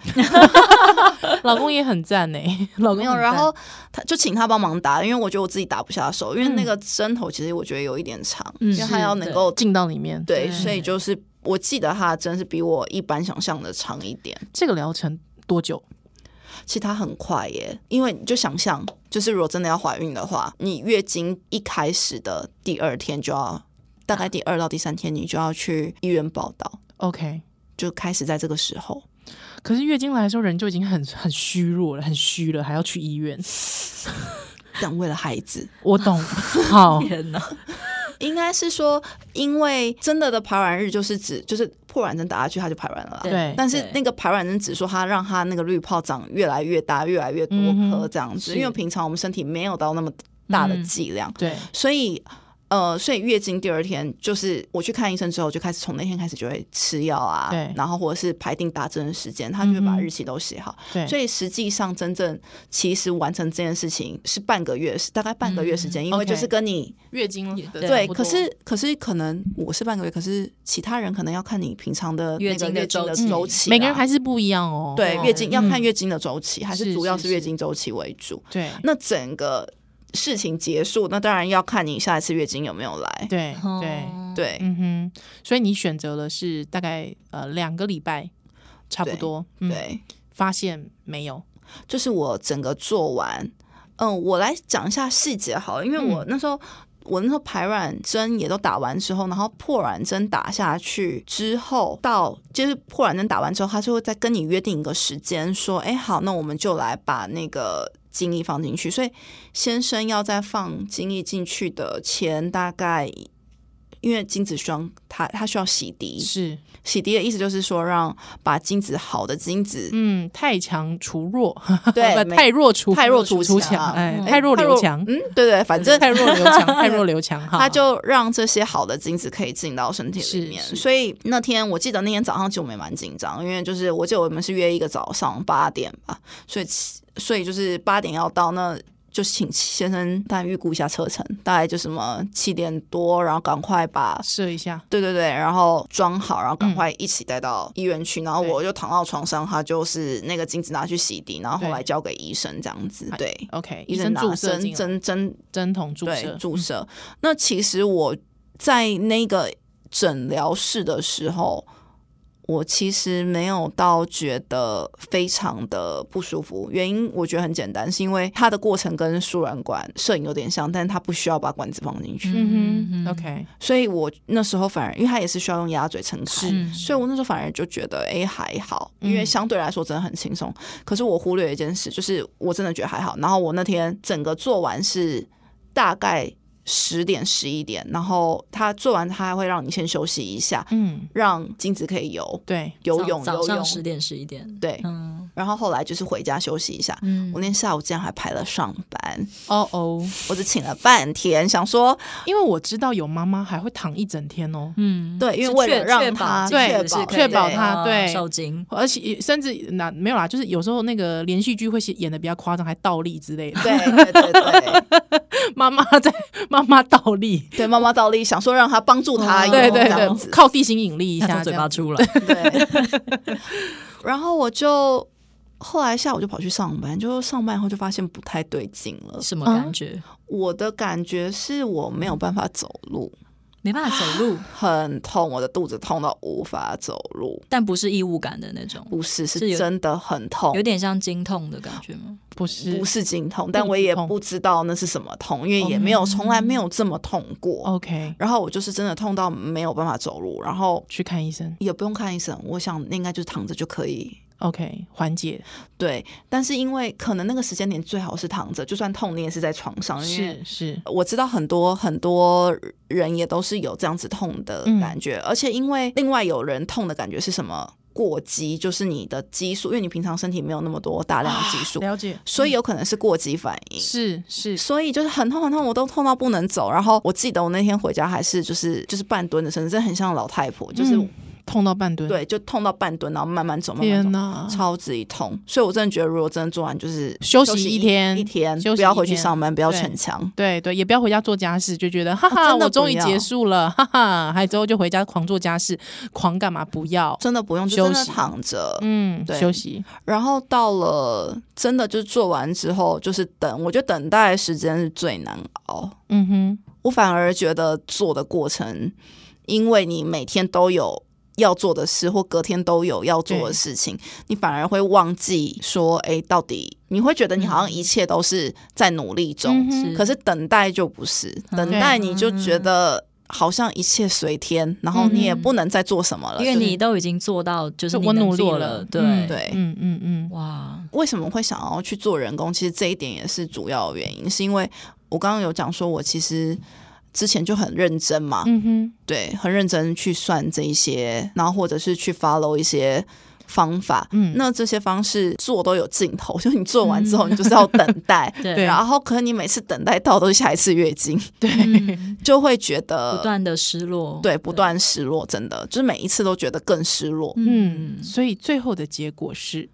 Speaker 1: 老公也很赞呢、
Speaker 3: [laughs]
Speaker 1: 老公
Speaker 3: 没
Speaker 1: 很赞
Speaker 3: 有，然后他就请他帮忙打，因为我觉得我自己打不下手，因为
Speaker 1: 嗯
Speaker 3: 那个针头其实我觉得有一点长，
Speaker 2: 嗯
Speaker 3: 因为他要能够
Speaker 1: 进到里面，
Speaker 3: 对，
Speaker 2: 对
Speaker 3: 所以就是我记得它的针是比我一般想象的长一点。
Speaker 1: 这个疗程多久？
Speaker 3: 其实它很快耶，因为你就想象，就是如果真的要怀孕的话，你月经一开始的第二天就要，大概第二到第三天，你就要去医院报道，
Speaker 1: OK，
Speaker 3: 就开始在这个时候。
Speaker 1: 可是月经来的时候人就已经很很虚弱了，很虚了，还要去医院。
Speaker 3: 但为了孩子，
Speaker 1: 我懂，
Speaker 3: [laughs]
Speaker 1: 好，
Speaker 2: 天哪！
Speaker 3: 应该是说，因为真的的排卵日就是指就是破卵针打下去它就排卵了啦。
Speaker 1: 对
Speaker 3: 但是那个排卵针只说它让它那个滤泡长越来越大，越来越多
Speaker 1: 嗯
Speaker 3: 颗
Speaker 1: 哼
Speaker 3: 这样子，
Speaker 1: 是
Speaker 3: 因为平常我们身体没有到那么大的
Speaker 1: 嗯
Speaker 3: 剂量，
Speaker 1: 对，
Speaker 3: 所以呃，所以月经第二天就是我去看医生之后，就开始从那天开始就会吃药啊
Speaker 1: 对，
Speaker 3: 然后或者是排定打针的时间，他就会
Speaker 1: 嗯
Speaker 3: 把
Speaker 1: 哼
Speaker 3: 日期都写好。
Speaker 1: 对，
Speaker 3: 所以实际上，真正其实完成这件事情是半个月，是大概半个月时间，因为
Speaker 1: 嗯 OK
Speaker 3: 就是跟你
Speaker 1: 月经的
Speaker 3: 对，
Speaker 1: 差不多
Speaker 3: 可是可是可能我是半个月，可是其他人可能要看你平常的那个
Speaker 2: 月
Speaker 3: 月
Speaker 2: 经
Speaker 3: 经
Speaker 2: 的
Speaker 3: 的
Speaker 2: 周期
Speaker 3: 周期
Speaker 1: 嗯
Speaker 3: 啦，
Speaker 1: 每个人还是不一样哦。
Speaker 3: 对
Speaker 2: 哦
Speaker 3: 月经要看
Speaker 1: 嗯
Speaker 3: 月经的周期，还
Speaker 1: 是
Speaker 3: 是主要
Speaker 1: 是
Speaker 3: 是月
Speaker 1: 是
Speaker 3: 经周期为主。
Speaker 1: 对
Speaker 3: 那整个事情结束，那当然要看你下一次月经有没有来。
Speaker 1: 对对，
Speaker 2: 哦，
Speaker 3: 对，
Speaker 1: 嗯哼，所以你选择了是大概呃两个礼拜差不多，嗯，
Speaker 3: 对，
Speaker 1: 发现没有，
Speaker 3: 就是我整个做完，嗯，我来讲一下细节好了，因为
Speaker 1: 嗯
Speaker 3: 我那时候。我那时候排卵针也都打完之后，然后破卵针打下去之后，到就是破卵针打完之后，他就会再跟你约定一个时间，说，哎、好，那我们就来把那个精液放进去。所以先生要在放精液进去的前，大概因为精子需要它它需要洗涤，
Speaker 1: 是
Speaker 3: 洗涤的意思就是说让把精子好的精子
Speaker 1: 嗯太强除弱，
Speaker 3: 对
Speaker 1: [laughs] 不
Speaker 3: 没
Speaker 1: 太弱除
Speaker 3: 太弱
Speaker 1: 除
Speaker 3: 除
Speaker 1: 强，
Speaker 3: 强
Speaker 1: 哎，
Speaker 2: 嗯
Speaker 1: 太弱留强，
Speaker 3: 嗯，对对，反正
Speaker 1: 太弱留强，太弱留
Speaker 3: [laughs]
Speaker 1: 强哈，
Speaker 3: 它就让这些好的精子可以进到身体
Speaker 1: 是
Speaker 3: 里面。
Speaker 1: 是
Speaker 3: 所以那天我记得那天早上其实我们也蛮紧张，因为就是我记得我们是约一个早上八点吧，所以起所以就是八点要到那。就请先生大概预估一下车程，大概就什么七点多，然后赶快把
Speaker 1: 射一下，
Speaker 3: 对对对，然后装好，然后赶快一起带到医院去。然后我就躺到床上，他就是那个精子拿去洗涤，然后后来
Speaker 1: 对
Speaker 3: 交给医生这样子。对，
Speaker 1: ，OK，医
Speaker 3: 医
Speaker 1: 生
Speaker 3: 生
Speaker 1: 注
Speaker 3: 拿
Speaker 1: 射
Speaker 3: 针
Speaker 1: 进来
Speaker 3: 针针
Speaker 1: 针筒注
Speaker 3: 对
Speaker 1: 射，嗯
Speaker 3: 注射。那其实我在那个诊疗室的时候，我其实没有到觉得非常的不舒服，原因我觉得很简单，是因为它的过程跟输卵管摄影有点像，但是它不需要把管子放进去，
Speaker 1: 嗯哼，OK，
Speaker 3: 所以我那时候反而，因为它也是需要用鸭嘴撑开，
Speaker 1: 是
Speaker 3: 所以我那时候反而就觉得，哎、还好，因为
Speaker 1: 嗯
Speaker 3: 相对来说真的很轻
Speaker 2: 嗯
Speaker 3: 松。可是我忽略一件事，就是我真的觉得还好。然后我那天整个做完是大概十点十一点，然后他做完他还会让你先休息一下，
Speaker 1: 嗯，
Speaker 3: 让精子可以游
Speaker 1: 对，
Speaker 3: 游泳
Speaker 2: 早
Speaker 3: 游
Speaker 2: 上
Speaker 3: 泳，
Speaker 2: 十点十一点，
Speaker 3: 对。
Speaker 2: 嗯
Speaker 3: 然后后来就是回家休息一下。
Speaker 2: 嗯
Speaker 3: 我那天下午竟然还排了上班，
Speaker 1: 哦哦，
Speaker 3: 我只请了半天，想说
Speaker 1: 因为我知道有妈妈还会躺一整天哦，
Speaker 2: 嗯，
Speaker 3: 对，因
Speaker 2: 是
Speaker 3: 为为
Speaker 2: 确
Speaker 3: 了让
Speaker 2: 确保精
Speaker 3: 他
Speaker 2: 子
Speaker 1: 对
Speaker 2: 是可以
Speaker 1: 确保
Speaker 3: 对
Speaker 1: 它
Speaker 2: 呃
Speaker 1: 对
Speaker 2: 受精，
Speaker 1: 而且甚至那没有啦，就是有时候那个连续剧会写演的比较夸张，还倒立之
Speaker 3: [laughs]
Speaker 1: 类的。
Speaker 3: 对对对对，
Speaker 1: 妈妈在妈妈倒立，
Speaker 3: 对妈妈倒立，想说让他帮助他
Speaker 2: 哦
Speaker 3: 游
Speaker 1: 对
Speaker 3: 泳
Speaker 1: 对
Speaker 3: 这样
Speaker 1: 对，
Speaker 3: 子，
Speaker 1: 靠地心引力一
Speaker 2: 他
Speaker 1: 下这
Speaker 2: 从嘴
Speaker 1: 样
Speaker 2: 巴。出来，
Speaker 3: 对。 [laughs] 然后我就后来下午就跑去上班，就上班以后就发现不太对劲了。
Speaker 2: 什么感觉？
Speaker 3: 我的感觉是我没有办法走路，
Speaker 2: 没办法走路，
Speaker 3: 很痛，我的肚子痛到无法走路。
Speaker 2: 但不是异物感的那种，
Speaker 3: 不是，
Speaker 2: 是
Speaker 3: 是
Speaker 2: 有
Speaker 3: 真的很痛
Speaker 2: 有，点像经痛的感觉吗？
Speaker 1: 不是
Speaker 3: 不是经痛，但我
Speaker 1: 肚子
Speaker 3: 也
Speaker 1: 痛
Speaker 3: 不知道那是什么痛，因为也没有从来没有这么痛过。
Speaker 1: ，OK，
Speaker 3: 然后我就是真的痛到没有办法走路，然后
Speaker 1: 去看医生
Speaker 3: 也不用看医生，我想那应该就是躺着就可以
Speaker 1: ，OK，缓解
Speaker 3: 对，但是因为可能那个时间点最好是躺着，就算痛你也是在床上，因为
Speaker 1: 是是，
Speaker 3: 我知道很多很多人也都是有这样子痛的
Speaker 1: 嗯
Speaker 3: 感觉，而且因为另外有人痛的感觉是什么？过激，就是你的激素，因为你平常身体没有那么多大量的激素，
Speaker 1: 啊了解，
Speaker 3: 所以有可能是过激反应。
Speaker 1: 是是
Speaker 3: 所以就是很痛很痛，我都痛到不能走。然后我记得我那天回家还是就是就是半蹲的，甚至很像老太婆，就是、
Speaker 1: 嗯痛到半蹲，，
Speaker 3: 对，就痛到半蹲，然后慢慢走，慢慢走
Speaker 1: 天。哪，
Speaker 3: 超级痛，所以我真的觉得，如果真的做完，就是
Speaker 1: 哦休息一
Speaker 3: 一
Speaker 1: 天
Speaker 3: 一天
Speaker 1: 休息
Speaker 3: 不要回
Speaker 1: 一
Speaker 3: 去
Speaker 1: 天
Speaker 3: 上班，不要
Speaker 1: 对
Speaker 3: 逞强。
Speaker 1: 对对，也不要回家做家事，就觉得哈
Speaker 3: 哦
Speaker 1: 哈，
Speaker 3: 真的
Speaker 1: 我终于
Speaker 3: 不要
Speaker 1: 结束了，哈哈，还之后就回家狂做家事，狂干嘛？不要，
Speaker 3: 真的不用，就
Speaker 1: 休
Speaker 3: 真的
Speaker 1: 息
Speaker 3: 躺着。
Speaker 1: 嗯，
Speaker 3: 对
Speaker 1: 休息，
Speaker 3: 然后到了真的就是做完之后，就是等，我觉得等待的时间是最难熬。
Speaker 1: 嗯哼，
Speaker 3: 我反而觉得做的过程，因为你每天都有要做的事，或隔天都有要做的事情，你反而会忘记说，哎、到底你会觉得你
Speaker 1: 嗯
Speaker 3: 好像一切都是在努力中，
Speaker 2: 是
Speaker 3: 嗯可是等待就不是，
Speaker 2: 嗯
Speaker 3: 等待你就觉得好像一切随天，然后你也不能再做什么
Speaker 2: 嗯
Speaker 3: 了。
Speaker 2: 因为呃你都已经做到，就是
Speaker 1: 就
Speaker 2: 你
Speaker 1: 我
Speaker 2: 能
Speaker 1: 努力
Speaker 2: 做
Speaker 1: 了，
Speaker 2: 对、
Speaker 1: 嗯
Speaker 3: 对
Speaker 1: 嗯嗯嗯，
Speaker 2: 哇，
Speaker 3: 为什么会想要去做人工？其实这一点也是主要的原因，是因为我刚刚有讲说，我其实之前就很认真嘛，
Speaker 1: 嗯哼，
Speaker 3: 对，很认真去算这一些，然后或者是去 follow 一些方法。
Speaker 1: 嗯
Speaker 3: 那这些方式做都有尽头， [laughs] 就是你做完之后，你就是要等待。
Speaker 2: 嗯 [laughs] 对
Speaker 1: 对
Speaker 3: 然后，可能你每次等待到都是下一次月经， [laughs] 对，
Speaker 2: 嗯
Speaker 1: 嗯
Speaker 3: 就会觉得
Speaker 2: 不断的失落，
Speaker 3: 对不断失落，真的就是每一次都觉得更失落。
Speaker 1: 嗯，所以最后的结果是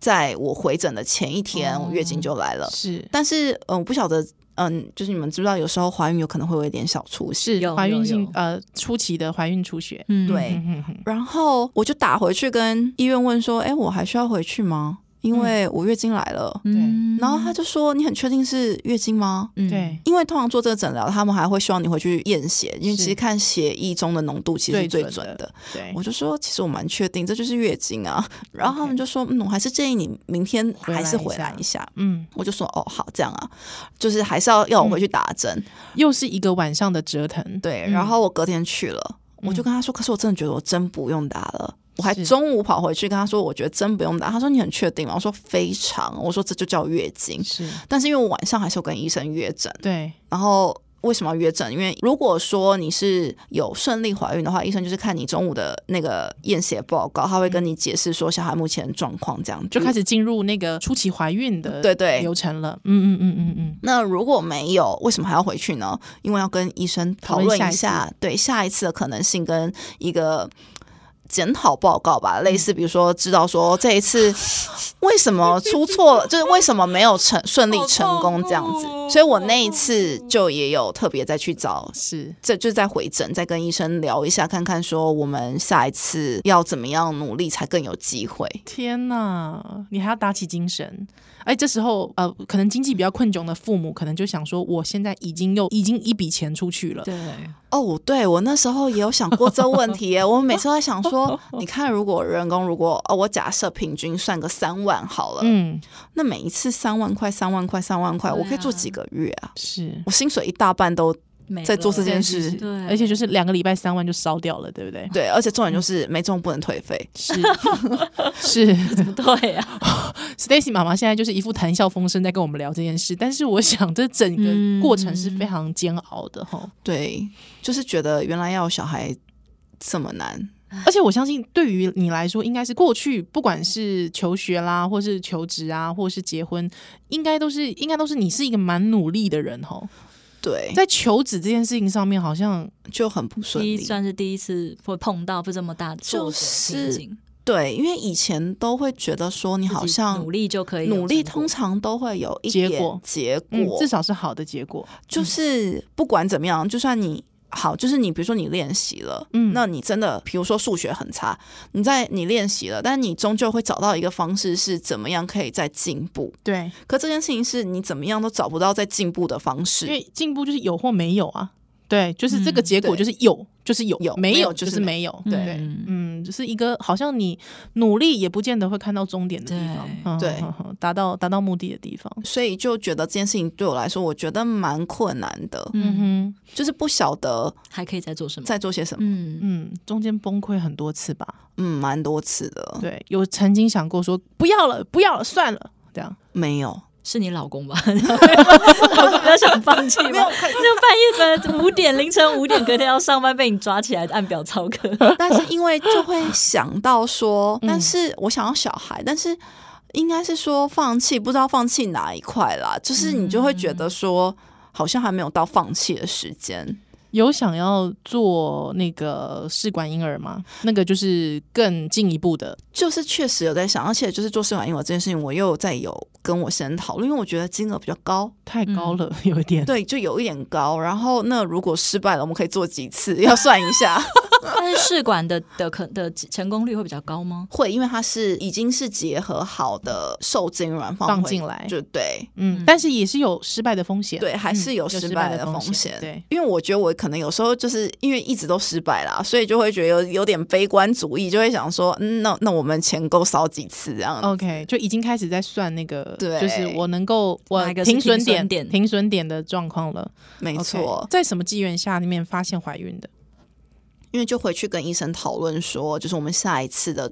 Speaker 3: 在我回诊的前一天，我月经就来了。
Speaker 1: 是
Speaker 3: 但是，嗯、我不晓得，嗯，就是你们知不知道，有时候怀孕有可能会有一点小出血。
Speaker 1: 是
Speaker 2: 有
Speaker 1: 怀
Speaker 2: 有
Speaker 1: 孕性
Speaker 2: 有
Speaker 1: 呃初期的怀孕出血，
Speaker 2: 嗯
Speaker 3: 对
Speaker 1: 嗯哼哼
Speaker 3: 然后我就打回去跟医院问说：“哎、我还需要回去吗？因为我月经来了。
Speaker 2: 嗯
Speaker 3: 然后他就说：“你很确定是月经吗？”
Speaker 2: 嗯
Speaker 1: 对
Speaker 3: 因为通常做这个诊疗，他们还会希望你回去验血，因为其实看血液中的浓度其实是最
Speaker 1: 最
Speaker 3: 准
Speaker 1: 准的
Speaker 3: 的。
Speaker 1: 对
Speaker 3: 我，就说，其实我蛮确定，这就是月
Speaker 1: [laughs]
Speaker 3: 经啊。然后他们就说，嗯，我还是建议你明天还是回来一下。
Speaker 1: 嗯，
Speaker 3: 我就说，哦，好，这样啊，就是还是要要我回去打针。
Speaker 1: 又是一个晚上的折腾，
Speaker 3: 对，
Speaker 1: 嗯
Speaker 3: 然后我隔天去了，我就
Speaker 1: 嗯
Speaker 3: 跟他说，可是我真的觉得我针不用打了。我还
Speaker 1: 是
Speaker 3: 中午跑回去跟他说，我觉得针不用打。他说你很确定吗？我说非常。我说这就叫月经。
Speaker 1: 是，
Speaker 3: 但是因为我晚上还是有跟医生约诊，
Speaker 1: 对，
Speaker 3: 然后为什么要约诊？因为如果说你是有顺利怀孕的话，医生就是看你中午的那个验血报告，他会跟你解释说小孩目前的状况这样子。
Speaker 1: 就开始进入那个初期怀孕的
Speaker 3: 对对
Speaker 1: 流程了，嗯嗯嗯嗯嗯，
Speaker 3: 那如果没有，为什么还要回去呢？因为要跟医生讨论
Speaker 1: 讨
Speaker 3: 一
Speaker 1: 论下
Speaker 3: 下，对下一次的可能性跟一个检讨报告吧，类似比如说知道说这一次为什么出错了，就是为什么没有成顺利成功这样子。所以我那一次就也有特别再去找
Speaker 1: 是
Speaker 3: 这就是在回诊，再跟医生聊一下，看看说我们下一次要怎么样努力才更有机会。
Speaker 1: 天呐，你还要打起精神！哎，这时候呃，可能经济比较困窘的父母，可能就想说，我现在已经又已经一笔钱出去了，
Speaker 2: 对，
Speaker 3: 哦，对我那时候也有想过这问题耶，我每次都在想说，你看，如果人工如果哦，我假设平均算个三万好了，
Speaker 1: 嗯，
Speaker 3: 那每一次三万块、三万块、三万块，
Speaker 2: 对啊
Speaker 3: 我可以做几个月啊？
Speaker 1: 是，
Speaker 3: 我薪水一大半都
Speaker 2: 没
Speaker 3: 在做
Speaker 2: 了
Speaker 3: 这件
Speaker 1: 是
Speaker 3: 事
Speaker 1: 是，
Speaker 2: 对
Speaker 1: 而且就是两个礼拜三万就烧掉了，对不
Speaker 3: [laughs]
Speaker 1: 对？
Speaker 3: 对，而且重点就是没中不能退费。
Speaker 1: 是是
Speaker 2: [laughs] 对啊，
Speaker 1: ，Stacy 妈妈现在就是一副谈笑风生在跟我们聊这件事，但是我想这整个过程是非常煎熬的哈。
Speaker 3: 对，就是觉得原来要有小孩这么难，
Speaker 1: 而且我相信，对于你来说，应该是过去不管是求学啦，或是求职啊，或是结婚，应该都是应该都是你是一个蛮努力的人吼。
Speaker 3: 对，
Speaker 1: 在求职这件事情上面，好像
Speaker 3: 就很不 [laughs] 顺
Speaker 2: 第一
Speaker 3: 利。
Speaker 2: 算是第一次会碰到不这么大挫折
Speaker 3: 就
Speaker 2: 的
Speaker 3: 是
Speaker 2: 情景，
Speaker 3: 对，因为以前都会觉得说你好
Speaker 2: 自己
Speaker 3: 像
Speaker 2: 努力就可以有
Speaker 3: 努力，
Speaker 2: 成
Speaker 3: 通
Speaker 2: 果
Speaker 3: 常都会有一
Speaker 1: 结
Speaker 3: 点
Speaker 1: 果
Speaker 3: 结果，
Speaker 1: 嗯，至少嗯是好的结果。
Speaker 3: 就是不管怎么样，就算你。好，就是你，比如说你练习了，
Speaker 1: 嗯
Speaker 3: 那你真的，比如说数学很差，你在你练习了，但你终究会找到一个方式，是怎么样可以再进步。
Speaker 1: 对，
Speaker 3: 可这件事情是你怎么样都找不到再进步的方
Speaker 1: 因
Speaker 3: 式，
Speaker 1: 为进步就是有或没有啊。对，就是这个
Speaker 2: 嗯
Speaker 1: 结果就
Speaker 3: 对
Speaker 1: 是有，就是有，
Speaker 3: 有
Speaker 1: 没
Speaker 3: 没
Speaker 1: 有
Speaker 3: 有
Speaker 1: 就
Speaker 3: 就是是
Speaker 1: 没有。
Speaker 2: 对
Speaker 1: 对
Speaker 2: 嗯，
Speaker 1: 嗯，就是一个好像你努力也不见得会看到终点的地方
Speaker 2: 对，
Speaker 1: 嗯
Speaker 3: 对，
Speaker 1: 嗯嗯达到达到目的的地方。
Speaker 3: 所以就觉得这件事情对我来说，我觉得蛮困难的，
Speaker 1: 嗯
Speaker 2: 嗯，
Speaker 1: 哼，
Speaker 3: 就是不晓得
Speaker 2: 还可以再做什么？
Speaker 3: 在做些什么，
Speaker 2: 嗯，
Speaker 1: 嗯，中间崩溃很多次吧。
Speaker 3: 嗯，蛮多次的，
Speaker 1: 对，有曾经想过说不要了，不要了，算了，这样。
Speaker 3: 没有，
Speaker 2: 是你老公吧？ [laughs] 老公比较想放弃吧？就半夜本来五点凌晨五点，隔天要上班，被你抓起来按表操课。
Speaker 3: 但是因为就会想到说，
Speaker 1: 嗯
Speaker 3: 但是我想要小孩，但是应该是说放弃，不知道放弃哪一块啦，就是你就会觉
Speaker 1: 嗯
Speaker 3: 得说，好像还没有到放弃的时间。
Speaker 1: 有想要做那个试管婴儿吗？那个就是更进一步的，
Speaker 3: 就是确实有在想，而且就是做试管婴儿这件事情，我又在有跟我先生讨论，因为我觉得金额比较高，
Speaker 1: 太
Speaker 2: 嗯
Speaker 1: 高了， [laughs] 有一点。
Speaker 3: 对，就有一点高。然后那如果失败了，我们可以做几次，要算一下。 [laughs]
Speaker 2: 但是试管的的可的成功率会比较高 [laughs] 吗？
Speaker 3: 会，因为它是已经是结合好的受精卵放
Speaker 1: 放
Speaker 3: 回
Speaker 1: 进来
Speaker 3: 就对。
Speaker 1: 嗯，但是也是有失败的风险，
Speaker 3: 对，还是
Speaker 1: 嗯
Speaker 3: 有失败
Speaker 1: 的
Speaker 3: 风
Speaker 1: 险，对，
Speaker 3: 因为我觉得我可能有时候就是因为一直都失败啦，所以就会觉得有有点悲观主义，就会想说，嗯，那那我们钱够烧几次这样子
Speaker 1: OK，就已经开始在算那个，
Speaker 3: 对
Speaker 1: 就是我能够我
Speaker 2: 哪一个是
Speaker 1: 停损
Speaker 2: 停损
Speaker 1: 点
Speaker 2: 点
Speaker 1: 停损点的状况了。
Speaker 3: 没
Speaker 1: OK，
Speaker 3: 错
Speaker 1: 在什么机缘下里面发现怀孕的？
Speaker 3: 因为就回去跟医生讨论说，就是我们下一次的，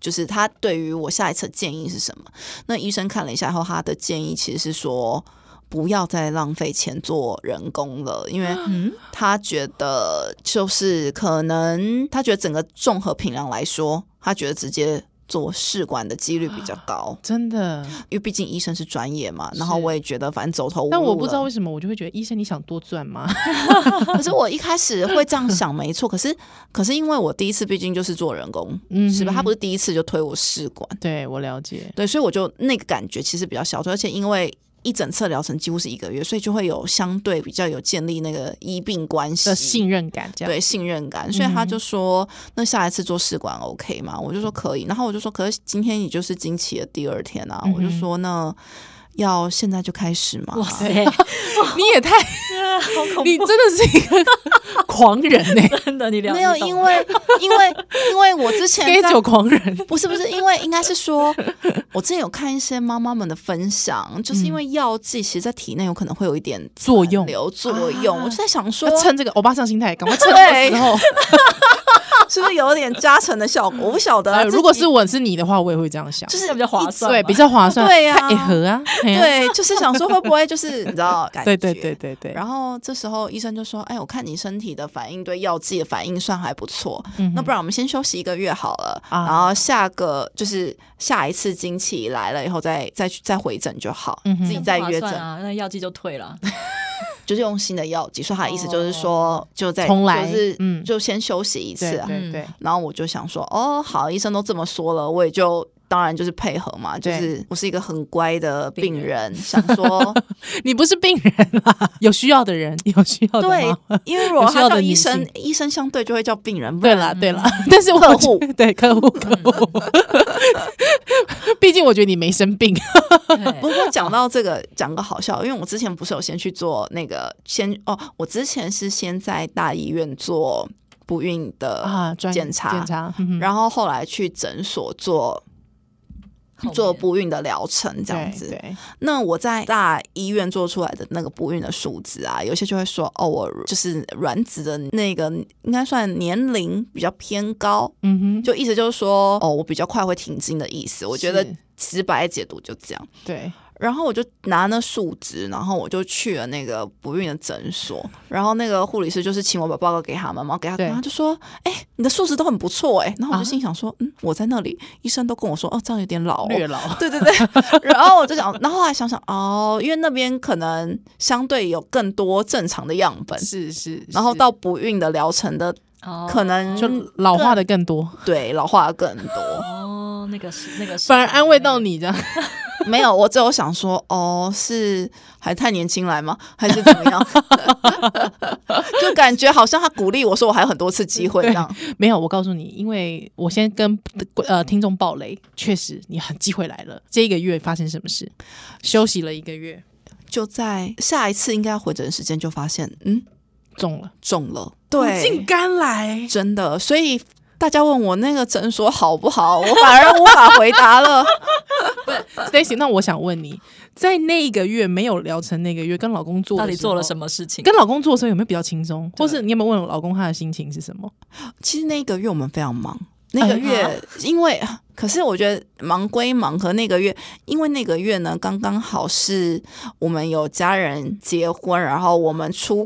Speaker 3: 就是他对于我下一次的建议是什么。那医生看了一下后，他的建议其实是说。不要再浪费钱做人工了，因为
Speaker 1: 嗯
Speaker 3: 他觉得就是可能他觉得整个综合评量来说，他觉得直接做试管的几率比较
Speaker 1: [gasps]
Speaker 3: 高，
Speaker 1: 真的，
Speaker 3: 因为毕竟医生是专业嘛。
Speaker 1: 是
Speaker 3: 然后我也觉得反正走投无路了，
Speaker 1: 但我不知道为什么，我就会觉得医生你想多赚
Speaker 3: [laughs]
Speaker 1: 吗？
Speaker 3: 可是我一开始会这样想，没错。可是，可是因为我第一次毕竟就是做人工，
Speaker 1: 嗯
Speaker 3: 是吧？
Speaker 1: 哼
Speaker 3: 他不是第一次就推我试管，
Speaker 1: 对我了解，
Speaker 3: 对，所以我就那个感觉其实比较小而且因为一整次疗程几乎是一个月，所以就会有相对比较有建立那个医病关系
Speaker 1: 的信任感嗯这样。
Speaker 3: 对信任感，所以他就说：“那下一次做试管 OK 吗？”我就说可以，然后我就说：“可是今天也就是经期的第二天啊。
Speaker 1: 嗯哼
Speaker 3: 我就说：“那要现在就开始吗？”
Speaker 2: 哇塞，
Speaker 1: 你也太，
Speaker 2: 好恐
Speaker 1: 你真的是一个狂人欸呢、
Speaker 3: [laughs]
Speaker 2: 真的，你聊
Speaker 3: 没有，因为因为因为我之前
Speaker 1: [laughs] 给
Speaker 3: 在
Speaker 1: 酒狂人。
Speaker 3: 不是不是，因为应该是说， [laughs] 我之前有看一些妈妈们的分享，就是因为药剂其实，在体内有可能会有一点
Speaker 1: 作用
Speaker 3: 留嗯作用。啊我就在想 [laughs] 说
Speaker 1: 要，趁这个欧巴上心态，赶快趁这个时候。
Speaker 3: 是不是有点加成的效果？我不晓得啊、 [laughs]
Speaker 1: 呃，
Speaker 3: 自己
Speaker 1: 如果是我是你的话，我也会这样想，
Speaker 2: 就是比较划算嘛，
Speaker 1: 对比较划算，
Speaker 3: 对啊
Speaker 1: 看也合啊，嘿啊，
Speaker 3: [laughs] 对，就是想说会不会就是你知道感
Speaker 1: 对
Speaker 3: 觉
Speaker 1: 对对。对对。
Speaker 3: 然后这时候医生就说：“哎，我看你身体的反应对药剂的反应算还不错，
Speaker 1: 嗯哼
Speaker 3: 那不然我们先休息一个月好了，
Speaker 1: 啊
Speaker 3: 然后下个就是下一次经期来了以后再再去再回诊就好，
Speaker 1: 嗯哼
Speaker 3: 自己再约诊
Speaker 2: 很划算啊，那药剂就退
Speaker 3: [laughs]
Speaker 2: 了。
Speaker 3: 就是用新的药剂，所以他的意思就是说，就在
Speaker 1: 哦重来
Speaker 3: 就是
Speaker 1: 嗯
Speaker 3: 就先休息一次、
Speaker 1: 对
Speaker 3: 啊。
Speaker 1: 对对，
Speaker 3: 然后我就想说，哦，好，医生都这么说了，我也就当然就是配合嘛，就
Speaker 1: 对
Speaker 3: 是我是一个很乖的病人，
Speaker 1: [laughs]
Speaker 3: 想说，
Speaker 1: 你不是病人啦，有需要的人，有需要的
Speaker 3: 对
Speaker 1: 吗？，
Speaker 3: 因为如果
Speaker 1: 有需要
Speaker 3: 他
Speaker 1: 的
Speaker 3: 叫
Speaker 1: 女
Speaker 3: 医生
Speaker 1: 性，
Speaker 3: 医生相对就会叫病人，不
Speaker 1: 对
Speaker 3: 然
Speaker 1: 啦，对啦， [laughs] 但是我
Speaker 3: 客
Speaker 1: 觉得 [laughs] 对嗯客户客户，毕竟我觉得你没生病，
Speaker 3: 不过讲到这个，讲个好笑，因为我之前不是有先去做那个先哦，我之前是先在大医院做不孕
Speaker 1: [laughs] 啊，
Speaker 3: 的
Speaker 1: 专
Speaker 3: 检查，
Speaker 1: 检查，嗯哼
Speaker 3: 然后后来去诊所做
Speaker 2: 后面
Speaker 3: 做不孕的疗程这样
Speaker 1: 嗯对
Speaker 3: 子。
Speaker 1: 对，
Speaker 3: 那我在大医院做出来的那个不孕的数字啊，有些就会说哦，我就是卵子的那个应该算年龄比较偏高，
Speaker 1: 嗯哼，
Speaker 3: 就意思就是说哦，我比较快会停经的意思。我觉得
Speaker 1: 是
Speaker 3: 直白解读就这样。
Speaker 1: 对，
Speaker 3: 然后我就拿那数值，然后我就去了那个不孕的诊所，然后那个护理师就是请我把报告给他们嘛，然后给他
Speaker 1: 对
Speaker 3: 看，他就说：“哎、你的数值都很不错哎、然后我
Speaker 1: 啊
Speaker 3: 就心想说：“嗯，我在那里，医生都跟我说哦，这样有点老、哦。”
Speaker 1: 略 [laughs] 老，
Speaker 3: 对对对，然后我就想，然后后来想想，哦，因为那边可能相对有更多正常的样本，
Speaker 1: 是是，
Speaker 3: 然后
Speaker 1: 是
Speaker 3: 到不孕的疗程的
Speaker 2: 哦
Speaker 3: 可能
Speaker 1: 就嗯老化的更多，
Speaker 3: 对老化得更多。
Speaker 2: 哦，那个是那个是，
Speaker 1: 反而安慰到你这样，
Speaker 3: 没有，我只有想说，哦，是还太年轻来吗？还是怎么样？ [laughs] 就感觉好像他鼓励我说我还有很多次机会
Speaker 1: [laughs]
Speaker 3: 这样。
Speaker 1: 没有，我告诉你，因为我先跟呃听众爆雷，确实你很机会来了，这一个月发生什么事？休息了一个月，
Speaker 3: 就在下一次应该要回诊的时间，就发现嗯
Speaker 1: 中了，
Speaker 3: 中了，
Speaker 1: 尽，甘来，
Speaker 3: 真的。所以大家问我那个诊所好不好，我反而无法回答了。
Speaker 1: [laughs] Stacy，那我想问你，在那一个月没有疗程那个月，跟老公做
Speaker 2: 到底做了什
Speaker 1: 么？
Speaker 2: 么事情？
Speaker 1: 跟老公做的时候有没有比较轻松，或是你有没有问老公他的心情是什么？
Speaker 3: 其实那个月我们非常忙，那个月、
Speaker 1: 啊
Speaker 3: 因为，可是我觉得忙归忙，和那个月，因为那个月呢，刚刚好是我们有家人结婚，然后我们出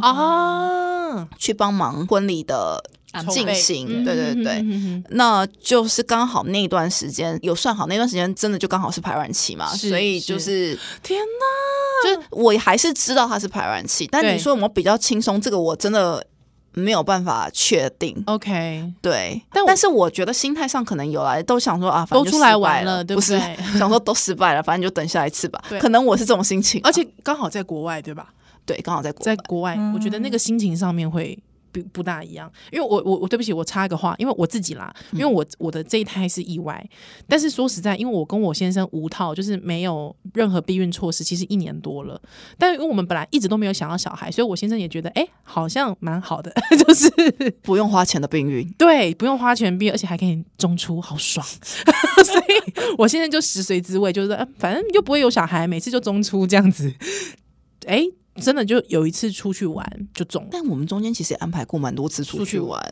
Speaker 1: 哦啊，
Speaker 3: 去帮忙婚礼的
Speaker 2: 安
Speaker 1: 筹备
Speaker 3: 进行，对对对。
Speaker 1: 嗯嗯嗯嗯
Speaker 3: 那就是刚好那段时间有算好，那段时间真的就刚好是排卵期嘛，
Speaker 1: 是
Speaker 3: 所以就是
Speaker 1: 天哪，
Speaker 3: 就是我还是知道它是排卵期，但
Speaker 1: 对
Speaker 3: 你说有没有比较轻松？这个我真的没有办法确定。
Speaker 1: OK，
Speaker 3: 对，
Speaker 1: 但
Speaker 3: 但
Speaker 1: 我
Speaker 3: 是我觉得心态上可能有来都想说啊，反
Speaker 1: 都
Speaker 3: 正就
Speaker 1: 出来
Speaker 3: 失败
Speaker 1: 玩
Speaker 3: 了，
Speaker 1: 了对
Speaker 3: 不
Speaker 1: 不
Speaker 3: 是
Speaker 1: 对
Speaker 3: [laughs] 想说都失败了，反正就等下一次吧
Speaker 1: 对。
Speaker 3: 可能我是这种心情啊，
Speaker 1: 而且刚好在国外对吧？
Speaker 3: 对，刚好在国
Speaker 1: 在国外，我觉得那个心情上面会。不不大一样。因为我我我对不起，我插一个话，因为我自己啦，因为我我的这一胎是意外，但是说实在，因为我跟我先生无套，就是没有任何避孕措施，其实一年多了。但因为我们本来一直都没有想要小孩，所以我先生也觉得，哎、好像蛮好的， [laughs] 就是
Speaker 3: 不用花钱的病运，
Speaker 1: 对，不用花钱币，而且还可以中出，好爽。 [laughs] 所以我现在就食髓知味，就是说、呃反正又不会有小孩，每次就中出这样子。哎、真的就有一次出去玩就中了。
Speaker 3: 但我们中间其实也安排过蛮多次出
Speaker 1: 出去
Speaker 3: 去玩，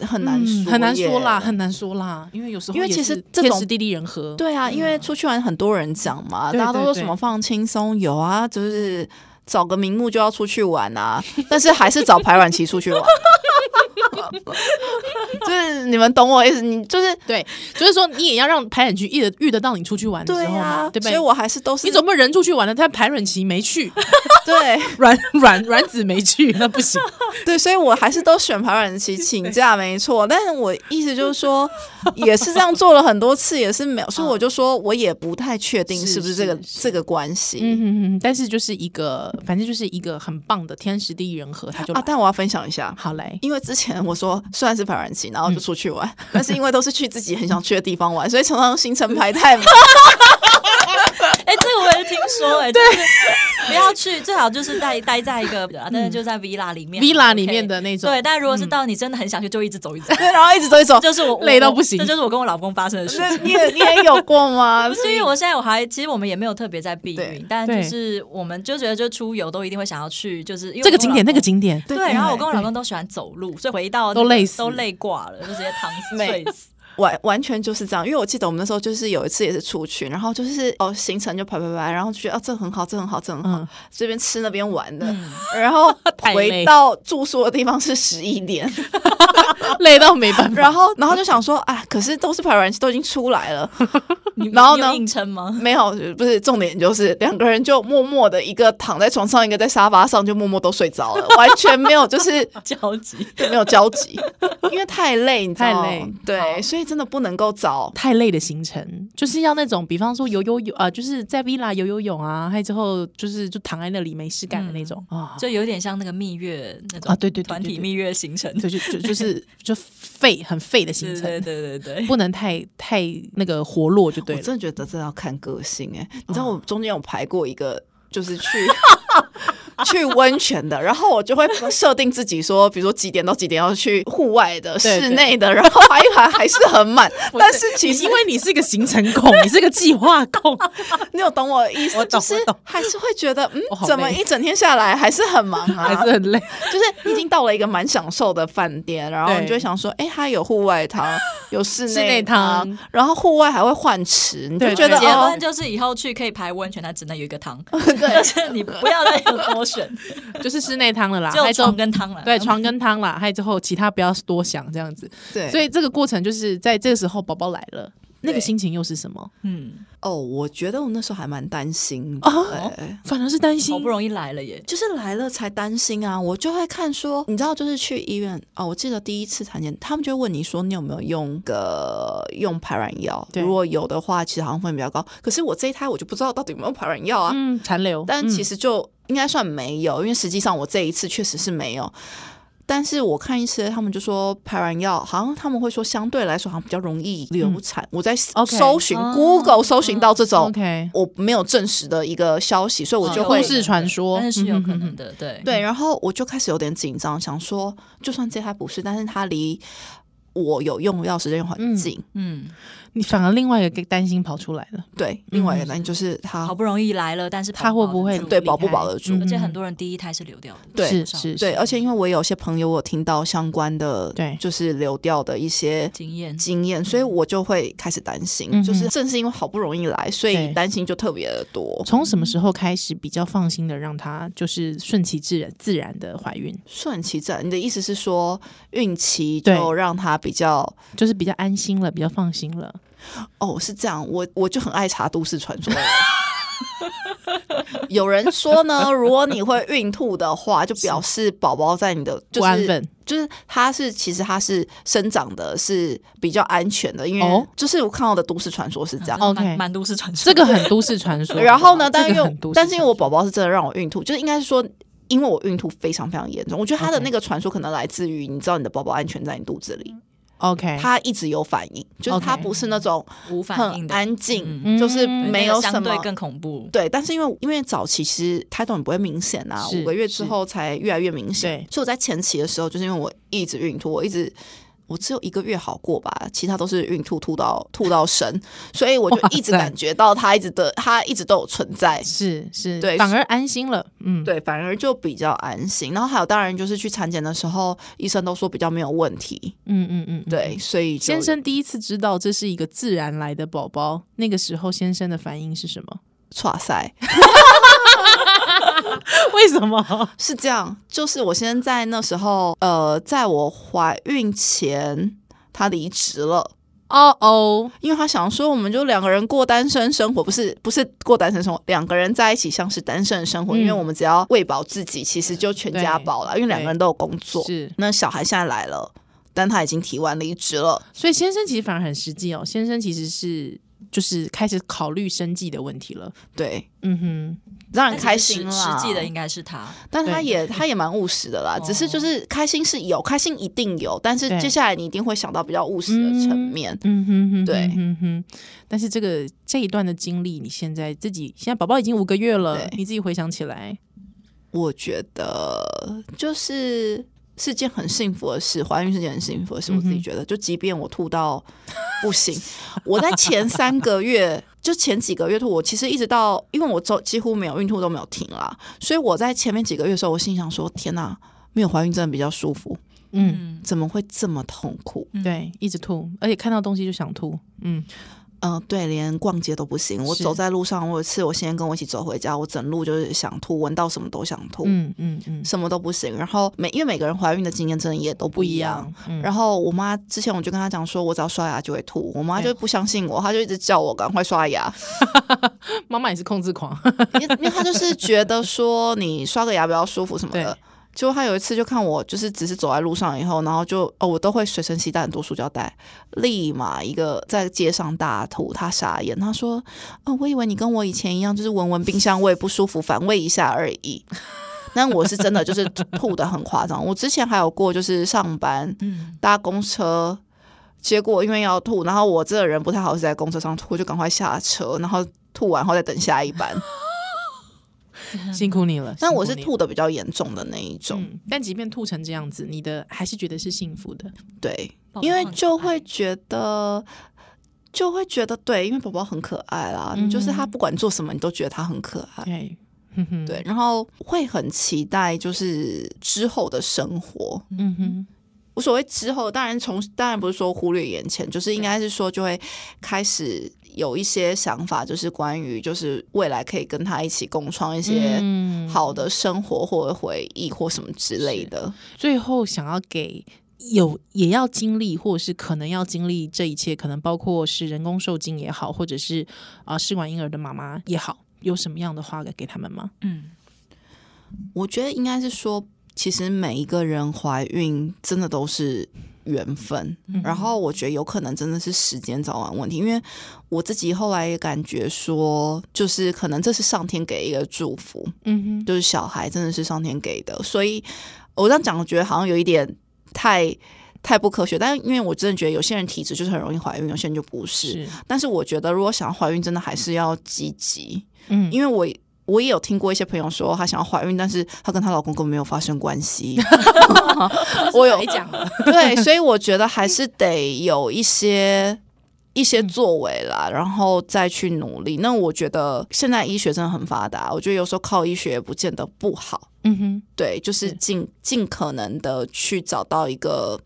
Speaker 3: 很难说、
Speaker 1: 嗯很难说
Speaker 3: 耶
Speaker 1: 啦，很难说啦，因为有时候
Speaker 3: 因为
Speaker 1: 也
Speaker 3: 其实
Speaker 1: 是
Speaker 3: 这
Speaker 1: 天
Speaker 3: 种
Speaker 1: 时地利人和，
Speaker 3: 对啊，因为出去玩很多人讲嘛，
Speaker 1: 嗯对
Speaker 3: 大家都说
Speaker 1: 对
Speaker 3: 什么放轻松游啊，就是找个名目就要出去玩啊， [laughs] 但是还是找排卵期
Speaker 1: [laughs]
Speaker 3: 出去玩。 [laughs] 就是你们懂我意思，你就是
Speaker 1: 对，就是说你也要让排卵期遇得遇得到你出去玩的时
Speaker 3: 对
Speaker 1: 候嘛，
Speaker 3: 啊，
Speaker 1: 对不
Speaker 3: 所以
Speaker 1: 对？
Speaker 3: 我还是都是
Speaker 1: 你总不能人出去玩了，但排卵期没
Speaker 3: [laughs]
Speaker 1: 去，
Speaker 3: 对 [laughs]
Speaker 1: 卵卵卵子没去，那不行。
Speaker 3: 对，所以我还是都选排卵期请假，没错。但是我意思就是说，也是这样做了很多次，也是没有，所以我就说我也不太确定
Speaker 1: 是
Speaker 3: 是不是这个
Speaker 1: 是是
Speaker 3: 这个关系。
Speaker 1: 嗯哼哼，但是就是一个，反正就是一个很棒的天时地利人和，他就来
Speaker 3: 啊，但我要分享一下，
Speaker 1: 好来，
Speaker 3: 因为之前我说虽然是排卵期，
Speaker 1: 嗯
Speaker 3: 然后就出去玩，但是因为都是去自己很想去的地方
Speaker 1: [laughs]
Speaker 3: 玩，所以常常行程排太满。
Speaker 2: [laughs] 哎、这个我也听说、哎，对，不要去，最好就是待待在一个，啊但是就在 villa 里面
Speaker 1: 嗯 villa 里
Speaker 2: OK
Speaker 1: 面的那种嗯
Speaker 2: 对，但如果是到你真的很想去，就一直
Speaker 1: [laughs]
Speaker 2: 走一直走，
Speaker 3: 对，然后一直走一
Speaker 2: [laughs]
Speaker 3: 走
Speaker 2: 这。就是我我
Speaker 1: 累到不行
Speaker 2: 这就是我跟我老公发生的事
Speaker 1: [laughs]
Speaker 3: 那。你也你也有过吗
Speaker 2: 不？是因为我现在我还其实我们也没有特别在避
Speaker 3: 对
Speaker 2: 孕，但就
Speaker 1: 对
Speaker 2: 是我们就觉得就出游都一定会想要去，就是因为
Speaker 1: 这个
Speaker 2: 我跟
Speaker 1: 景
Speaker 2: 我
Speaker 1: 点
Speaker 2: 老
Speaker 1: 那个
Speaker 2: 公
Speaker 1: 景点，
Speaker 2: 对，
Speaker 3: 对
Speaker 2: 然后我跟我老
Speaker 1: 对
Speaker 2: 公都喜欢走路，所以回到
Speaker 1: 都
Speaker 2: 那个
Speaker 1: 累死
Speaker 2: 都累挂了，就直接躺死
Speaker 1: [laughs]
Speaker 3: 没
Speaker 2: 睡死。
Speaker 3: 完完全就是这样，因为我记得我们那时候就是有一次也是出去，然后就是哦行程就排排排，然后就觉得啊这很好，这很好，这很好，
Speaker 1: 嗯
Speaker 3: 这边吃那边玩的，然后
Speaker 1: [laughs] 太累
Speaker 3: 回到住宿的地方是十一点，
Speaker 1: [laughs] 累到没办法。
Speaker 3: 然后然后就想说啊，可是都是排卵期都已经出来
Speaker 1: [laughs]
Speaker 3: 了，
Speaker 2: 你
Speaker 3: 然后
Speaker 2: 你有
Speaker 3: 呢
Speaker 2: 硬撑吗？ [laughs]
Speaker 3: 没有，不是重点，就是两个人就默默的一个躺在床上，一个在沙发上，就默默都睡着了，完全没有就是 [laughs]
Speaker 2: 焦急。
Speaker 3: 没有交集，因为太累，你知道吗
Speaker 1: 太累
Speaker 3: 对，所以真的不能够找。
Speaker 1: 太累的行程，就是要那种，比方说游游泳啊、呃就是在 villa 游游泳啊，还有之后就是就躺在那里没事干的
Speaker 3: 嗯
Speaker 1: 那种啊，
Speaker 2: 就有点像那个蜜月那种
Speaker 1: 啊对对对对
Speaker 2: 团体
Speaker 1: 对
Speaker 2: 蜜月行程，
Speaker 1: 对，就就就是就废很废的行
Speaker 2: 对
Speaker 1: 程，
Speaker 2: 对对对对，
Speaker 1: 不能太太那个活络就对
Speaker 3: 我
Speaker 1: 了。哦
Speaker 3: 真的觉得这要看个性哎、你知道我中间有排过一个，就是去 [laughs] 去温泉的，然后我就会设定自己说，比如说几点到几点要去户外的、
Speaker 1: 对对
Speaker 3: 室内的，然后排一排还是很满，但是其实
Speaker 1: 因为你是个行程控，你是个计划控，
Speaker 3: 你有懂我的意思？
Speaker 1: 我懂
Speaker 3: 就是
Speaker 1: 我懂
Speaker 3: 还是会觉得，嗯
Speaker 1: 我好，
Speaker 3: 怎么
Speaker 1: 累
Speaker 3: 一整天下来还是很忙
Speaker 1: [laughs]
Speaker 3: 啊？
Speaker 1: 还是很累。
Speaker 3: 就是你已经到了一个蛮享受的饭店，然后
Speaker 1: 对
Speaker 3: 你就会想说，哎、它有户外汤，有室
Speaker 1: 室内
Speaker 3: 内
Speaker 1: 汤
Speaker 3: 汤，然后户外还会换池，你就
Speaker 1: 对
Speaker 3: 觉得
Speaker 1: 对
Speaker 2: 结
Speaker 3: 哦
Speaker 2: 论，就是以后去可以排温泉，它只能有一个
Speaker 3: [laughs]
Speaker 2: 汤，
Speaker 3: 对
Speaker 2: 就。是你不要再有多
Speaker 3: [laughs]
Speaker 2: 选，
Speaker 1: 就是室内汤了啦，
Speaker 2: 只有
Speaker 1: 还
Speaker 2: 床跟汤了。
Speaker 1: 对床跟汤啦，还有之后其他不要多想这样子。
Speaker 3: 对，
Speaker 1: 所以这个过程就是在这个时候宝宝来了，那个心情又是什么？
Speaker 2: 嗯，
Speaker 3: 哦，我觉得我那时候还蛮担心的、
Speaker 1: 哦
Speaker 3: 哎
Speaker 1: 反而是担心
Speaker 2: 好不容易来了耶，
Speaker 3: 就是来了才担心啊，我就会看说，你知道，就是去医院哦，我记得第一次产检，他们就会问你说你有没有用个用排卵药，
Speaker 1: 对
Speaker 3: 如果有的话，其实好像风险比较高。可是我这一胎我就不知道到底有没有排卵药啊，
Speaker 1: 嗯残留，
Speaker 3: 但其
Speaker 1: 实、
Speaker 3: 实就应该算没有，因为实际上我这一次确实是没有。但是我看医生，他们就说排卵药好像他们会说相对来说好像比较容易流产。我在
Speaker 1: OK
Speaker 3: 搜寻、
Speaker 2: 哦
Speaker 3: Google 搜寻到这种
Speaker 1: OK，
Speaker 3: 我没有证实的一个消息，所以我就
Speaker 1: 都
Speaker 3: 会、
Speaker 1: 市传说，
Speaker 2: 嗯但是是有可
Speaker 1: 嗯
Speaker 2: 能
Speaker 1: 嗯嗯
Speaker 2: 的，对
Speaker 3: 对，然后我就开始有点紧张，想说就算这胎不是，但是它离我有用药时间很近。
Speaker 2: 嗯，
Speaker 1: 你反而另外一个担心跑出来了，
Speaker 3: 对，另外一个担心就是它、
Speaker 1: 嗯
Speaker 2: 好不容易来了，但是
Speaker 1: 他会不会
Speaker 2: 保得住
Speaker 3: 对
Speaker 1: 离
Speaker 3: 保不
Speaker 1: 开
Speaker 3: 保得住
Speaker 2: 而且很多人第一胎是流掉的，
Speaker 3: 对
Speaker 1: 嗯是
Speaker 2: 不少
Speaker 1: 是
Speaker 3: 对，而且因为我有些朋友，我有听到相关的，
Speaker 1: 对嗯
Speaker 3: 就是流掉的一些
Speaker 2: 经验
Speaker 3: 经验，所以我就会开始担心。
Speaker 1: 嗯哼
Speaker 3: 就是正是因为好不容易来，所
Speaker 1: 对
Speaker 3: 以担心就特别的多。
Speaker 1: 从什么时候开始比较放心的让她就是顺其自然自然的怀孕，
Speaker 3: 顺其自然，你的意思是说孕期
Speaker 1: 对
Speaker 3: 就让它比较
Speaker 1: 就是比较安心了，比较放心了。
Speaker 3: 哦，是这样，我我就很爱查都市传说。 [laughs] 有人说呢，如果你会孕吐的话，就表示宝宝在你的
Speaker 1: 不
Speaker 3: 就
Speaker 1: 安
Speaker 3: 是
Speaker 1: 分
Speaker 3: 就是它是其实它是生长的是比较安全的，因
Speaker 1: 哦
Speaker 3: 为就是我看到的都市传说是这样。
Speaker 1: OK
Speaker 2: 蛮蛮都市传说。
Speaker 1: 这个很都市传说。
Speaker 3: [laughs] 然后呢，
Speaker 1: 这
Speaker 3: 但
Speaker 1: 个
Speaker 3: 是因为
Speaker 1: 很都市
Speaker 3: 但是因为我
Speaker 1: 传说
Speaker 3: 宝宝是真的让我孕吐，就是应该是说因为我孕吐非常非常严重，我觉得他的那个传说可能来自于你知道你的宝宝安全在你肚子里，
Speaker 1: OK，
Speaker 3: 他一直有反应，就是他
Speaker 1: OK
Speaker 3: 不是那种
Speaker 2: 无反应
Speaker 3: 很
Speaker 2: 的
Speaker 3: 安静，
Speaker 2: 嗯
Speaker 3: 就是
Speaker 1: 嗯
Speaker 3: 没有
Speaker 2: 那个
Speaker 3: 什
Speaker 2: 相
Speaker 3: 么
Speaker 2: 对更恐怖。
Speaker 3: 对，但是因为因为早期其实胎动也不会明显啊，
Speaker 1: 是
Speaker 3: 五个月之后才越来越明显
Speaker 1: 对。
Speaker 3: 所以我在前期的时候，就是因为我一直孕吐，我一直我只有一个月好过吧，其他都是孕吐吐到吐到生，所以我就
Speaker 1: 哇
Speaker 3: 一直
Speaker 1: 塞
Speaker 3: 感觉到它一直的它一直都有存在。
Speaker 1: 是是，
Speaker 3: 对
Speaker 1: 反而安心了，嗯，，
Speaker 3: 对，反而就比较安心。然后还有，当然就是去产检的时候，医生都说比较没有问题。
Speaker 1: 嗯嗯嗯，嗯。
Speaker 3: 对，所以就
Speaker 1: 先生第一次知道这是一个自然来的宝宝，那个时候先生的反应是什
Speaker 3: [laughs]
Speaker 1: 么？
Speaker 3: 哇塞，
Speaker 1: 为什么？
Speaker 3: 是这样，就是我先生在那时候，呃，在我怀孕前，他离职了。
Speaker 1: 哦哦，
Speaker 3: 因为他想说，我们就两个人过单身生活，不是不是过单身生活，两个人在一起像是单身生活，
Speaker 1: 嗯
Speaker 3: 因为我们只要喂饱自己，其实就全家饱了，因为两个人都有工作。
Speaker 1: 是，
Speaker 3: 那小孩现在来了，但他已经提完离职了，
Speaker 1: 所以先生其实反而很实际哦，先生其实是就是开始考虑生计的问题了，
Speaker 3: 对，
Speaker 1: 嗯哼，
Speaker 2: 但
Speaker 3: 让人
Speaker 2: 其实
Speaker 3: 开心
Speaker 2: 实
Speaker 3: 啦。
Speaker 2: 实际的应该是他，
Speaker 3: 但
Speaker 1: 对
Speaker 3: 他
Speaker 1: 哦
Speaker 3: 也他也蛮务实的啦，只是就是开心是有，开心一定有，但是
Speaker 1: 对
Speaker 3: 接下来你一定会想到比较务实的层面。
Speaker 1: 嗯哼哼，
Speaker 3: 对
Speaker 1: 嗯哼哼。但是这个这一段的经历，你现在自己现在宝宝已经五个月了，
Speaker 3: 对
Speaker 1: 你自己回想起来，
Speaker 3: 我觉得就是是件很幸福的事，怀孕是件很幸福的事。我自己觉得，就即便我吐到 [laughs] 不行，我在前三个月，就前几个月吐，我其实一直到，因为我周几乎没有孕吐都没有停啦，所以我在前面几个月的时候，我心想说：天哪、没有怀孕真的比较舒服，
Speaker 1: 嗯，
Speaker 2: 嗯，
Speaker 3: 怎么会这么痛苦？
Speaker 1: 对，一直吐，而且看到东西就想吐，嗯，
Speaker 3: 嗯、对，连逛街都不行。我
Speaker 1: 是
Speaker 3: 走在路上，我有一次我先生跟我一起走回家，我整路就是想吐，闻到什么都想吐。
Speaker 1: 嗯嗯嗯，
Speaker 3: 什么都不行。然后每因为每个人怀孕的经验真的也都不
Speaker 1: 不
Speaker 3: 一
Speaker 1: 一
Speaker 3: 样
Speaker 1: 样。，嗯，
Speaker 3: 然后我妈之前我就跟她讲说，我只要刷牙就会吐，我
Speaker 1: 哎
Speaker 3: 妈就不相信我，她就一直叫我赶快刷牙，
Speaker 1: 妈妈也是控制狂，
Speaker 3: 因为因为她就是觉得说你刷个牙比较舒服什么的
Speaker 1: 对。
Speaker 3: 结果她有一次就看我就是只是走在路上以后，然后就哦我都会随身携带很多塑胶袋，立马一个在街上大吐，她傻眼，她说哦我以为你跟我以前一样，就是闻闻冰箱味不舒服反胃一下而已。但我是真的就是吐的很夸张，我之前还有过就是上班，
Speaker 2: 嗯，
Speaker 3: 搭公车，结果因为要吐，然后我这个人不太好是在公车上吐，就赶快下车，然后吐完后再等下一班。
Speaker 1: [laughs] 辛苦你了。
Speaker 3: 但我
Speaker 1: 辛
Speaker 3: 是
Speaker 1: 苦你了
Speaker 3: 吐的比较严重的那一种，
Speaker 1: 嗯，但即便吐成这样子，你的还是觉得是幸福的。
Speaker 3: 对，
Speaker 2: 宝宝
Speaker 3: 因为
Speaker 2: 很
Speaker 3: 就
Speaker 2: 可爱
Speaker 3: 会觉得。就会觉得对，因为宝宝很可爱啦，
Speaker 1: 嗯
Speaker 3: 就是他不管做什么，你都觉得他很可爱，
Speaker 1: 对，哼哼
Speaker 3: 对，，然后会很期待就是之后的生活，
Speaker 1: 嗯哼，
Speaker 3: 无所谓之后，当然从当然不是说忽略眼前，就是应该是说就会开始有一些想法，就是关于就是未来可以跟他一起共创一些
Speaker 1: 嗯
Speaker 3: 好的生活或者回忆或什么之类的。
Speaker 1: 最后想要给有也要经历，或者是可能要经历这一切，可能包括是人工受精也好，或者是啊、试管婴儿的妈妈也好，有什么样的话给他们吗？
Speaker 2: 嗯，
Speaker 3: 我觉得应该是说，其实每一个人怀孕真的都是缘分，然后我觉得有可能真的是时间早晚问题，因为我自己后来也感觉说，就是可能这是上天给一个祝福，
Speaker 1: 嗯
Speaker 3: 就是小孩真的是上天给的，所以我这样讲，我觉得好像有一点太太不科学。但因为我真的觉得有些人体质就是很容易怀孕，有些人就不是。
Speaker 1: 是，
Speaker 3: 但是我觉得如果想要怀孕，真的还是要积极，
Speaker 1: 嗯，
Speaker 3: 因为我。我也有听过一些朋友说，她想要怀孕，但是她跟她老公根本没有发生关系。
Speaker 1: [laughs]
Speaker 3: 我有
Speaker 1: 白讲了，
Speaker 3: 对，所以我觉得还是得有一些一些作为啦，然后再去努力。那我觉得现在医学真的很发达，我觉得有时候靠医学也不见得不好。
Speaker 1: 嗯哼，
Speaker 3: 对，就是
Speaker 1: 是
Speaker 3: 尽尽可能的去找到一个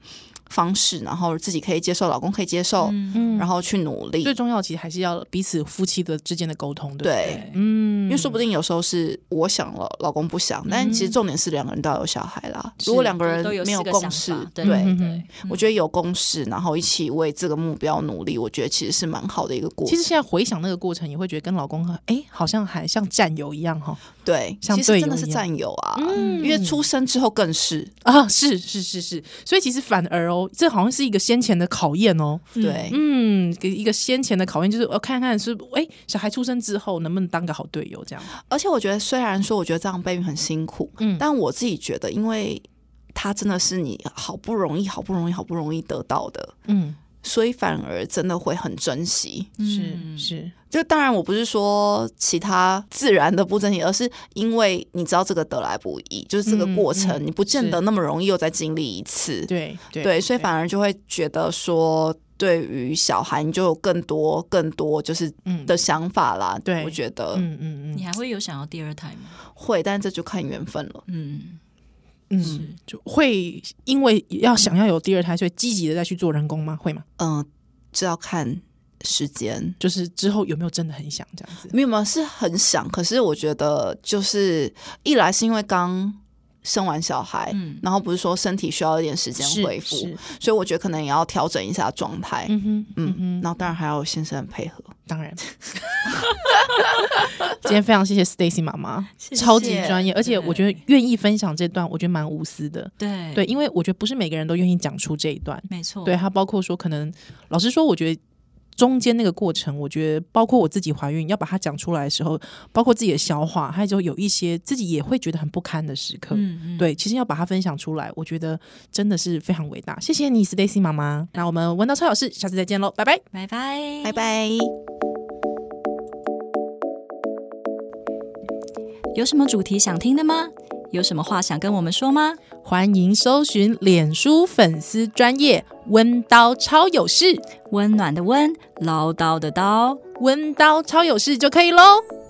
Speaker 3: 方式，然后自己可以接受，老公可以接受，
Speaker 1: 嗯，
Speaker 3: 然后去努力
Speaker 1: 最。重要其实还是要彼此夫妻的之间的沟通，对不对？
Speaker 3: 对，
Speaker 1: 嗯，嗯
Speaker 3: 因为说不定有时候是我想了，老公不想，但其实重点是两个人都要有小孩啦。如果两个人
Speaker 2: 嗯都有
Speaker 3: 没有
Speaker 2: 四个
Speaker 3: 共
Speaker 2: 想
Speaker 3: 识
Speaker 2: 法，对
Speaker 3: 对，
Speaker 1: 嗯
Speaker 2: 对，
Speaker 3: 我觉得有共识，然后一起为这个目标努力，我觉得其实是蛮好的一个过
Speaker 1: 其
Speaker 3: 程。
Speaker 1: 实现在回想那个过程，也会觉得跟老公很哎，好像还像战友一样哈、
Speaker 3: 对，
Speaker 1: 像
Speaker 3: 其实
Speaker 1: 队
Speaker 3: 真
Speaker 1: 友
Speaker 3: 的是
Speaker 1: 一样
Speaker 3: 战友啊，
Speaker 1: 嗯
Speaker 3: 因为出生之后更是
Speaker 1: 啊，是是是是，所以其实反而哦，这好像是一个先前的考验哦，
Speaker 3: 对。
Speaker 1: 嗯，给一个先前的考验就是我看看是哎、小孩出生之后能不能当个好队友这样，
Speaker 3: 而且我觉得，虽然说我觉得这样备孕很辛苦，
Speaker 1: 嗯
Speaker 3: 但我自己觉得，因为它真的是你好不容易、好不容易、好不容易得到的，
Speaker 1: 嗯，
Speaker 3: 所以反而真的会很珍惜。
Speaker 1: 是是，
Speaker 3: 就当然，我不是说其他自然的不珍惜，而是因为你知道这个得来不易，就是这个
Speaker 1: 嗯
Speaker 3: 过程，
Speaker 1: 嗯
Speaker 3: 你不见得
Speaker 1: 是
Speaker 3: 那么容易又再经历一次。
Speaker 1: 对对
Speaker 3: 对，所以反而就会觉得说，对于小孩，你就有更多、更多就是
Speaker 1: 嗯
Speaker 3: 的想法啦。
Speaker 1: 对
Speaker 3: 我觉得
Speaker 1: 嗯嗯
Speaker 2: 你
Speaker 1: 嗯
Speaker 2: 还会有想要第二胎吗？
Speaker 3: 会，但这就看缘分了。
Speaker 2: 嗯，
Speaker 1: 嗯，
Speaker 2: 是
Speaker 1: 就会因为要想要有第二胎，所以积极的再去做人工吗？会吗？
Speaker 3: 嗯、这要看时间。
Speaker 1: 就是之后有没有真的很想这样子？
Speaker 3: 没有吗？是很想，可是我觉得就是一来是因为刚生完小孩，
Speaker 2: 嗯
Speaker 3: 然后不是说身体需要一点时间
Speaker 1: 是
Speaker 3: 恢复，
Speaker 1: 是
Speaker 3: 所以我觉得可能也要调整一下状态。
Speaker 1: 嗯哼，嗯
Speaker 3: 嗯
Speaker 1: 哼，
Speaker 3: 然后当然还要有先生的配合，
Speaker 1: 当然。今天非常谢谢 Stacy 妈妈，
Speaker 2: 谢
Speaker 1: 超级
Speaker 2: 谢
Speaker 1: 专业，而且我觉得
Speaker 2: 对
Speaker 1: 愿意分享这段，我觉得蛮无私的。
Speaker 2: 对
Speaker 1: 对，，因为我觉得不是每个人都愿意讲出这一段。
Speaker 2: 没错，
Speaker 1: 对，它包括说，可能老实说，我觉得中间那个过程，我觉得包括我自己怀孕要把它讲出来的时候，包括自己的消化，还有就有一些自己也会觉得很不堪的时刻。
Speaker 2: 嗯，嗯，
Speaker 1: 对，其实要把它分享出来，我觉得真的是非常伟大。谢谢你，Stacy 妈妈。那我们文道超有事，下次再见喽，拜拜。
Speaker 2: 拜拜，
Speaker 3: 拜拜。
Speaker 2: 有什么主题想听的吗？有什么话想跟我们说吗？
Speaker 1: 欢迎搜寻脸书粉丝专业温刀超有事，
Speaker 2: 温暖的温，唠叨的叨。
Speaker 1: 温刀超有事就可以喽。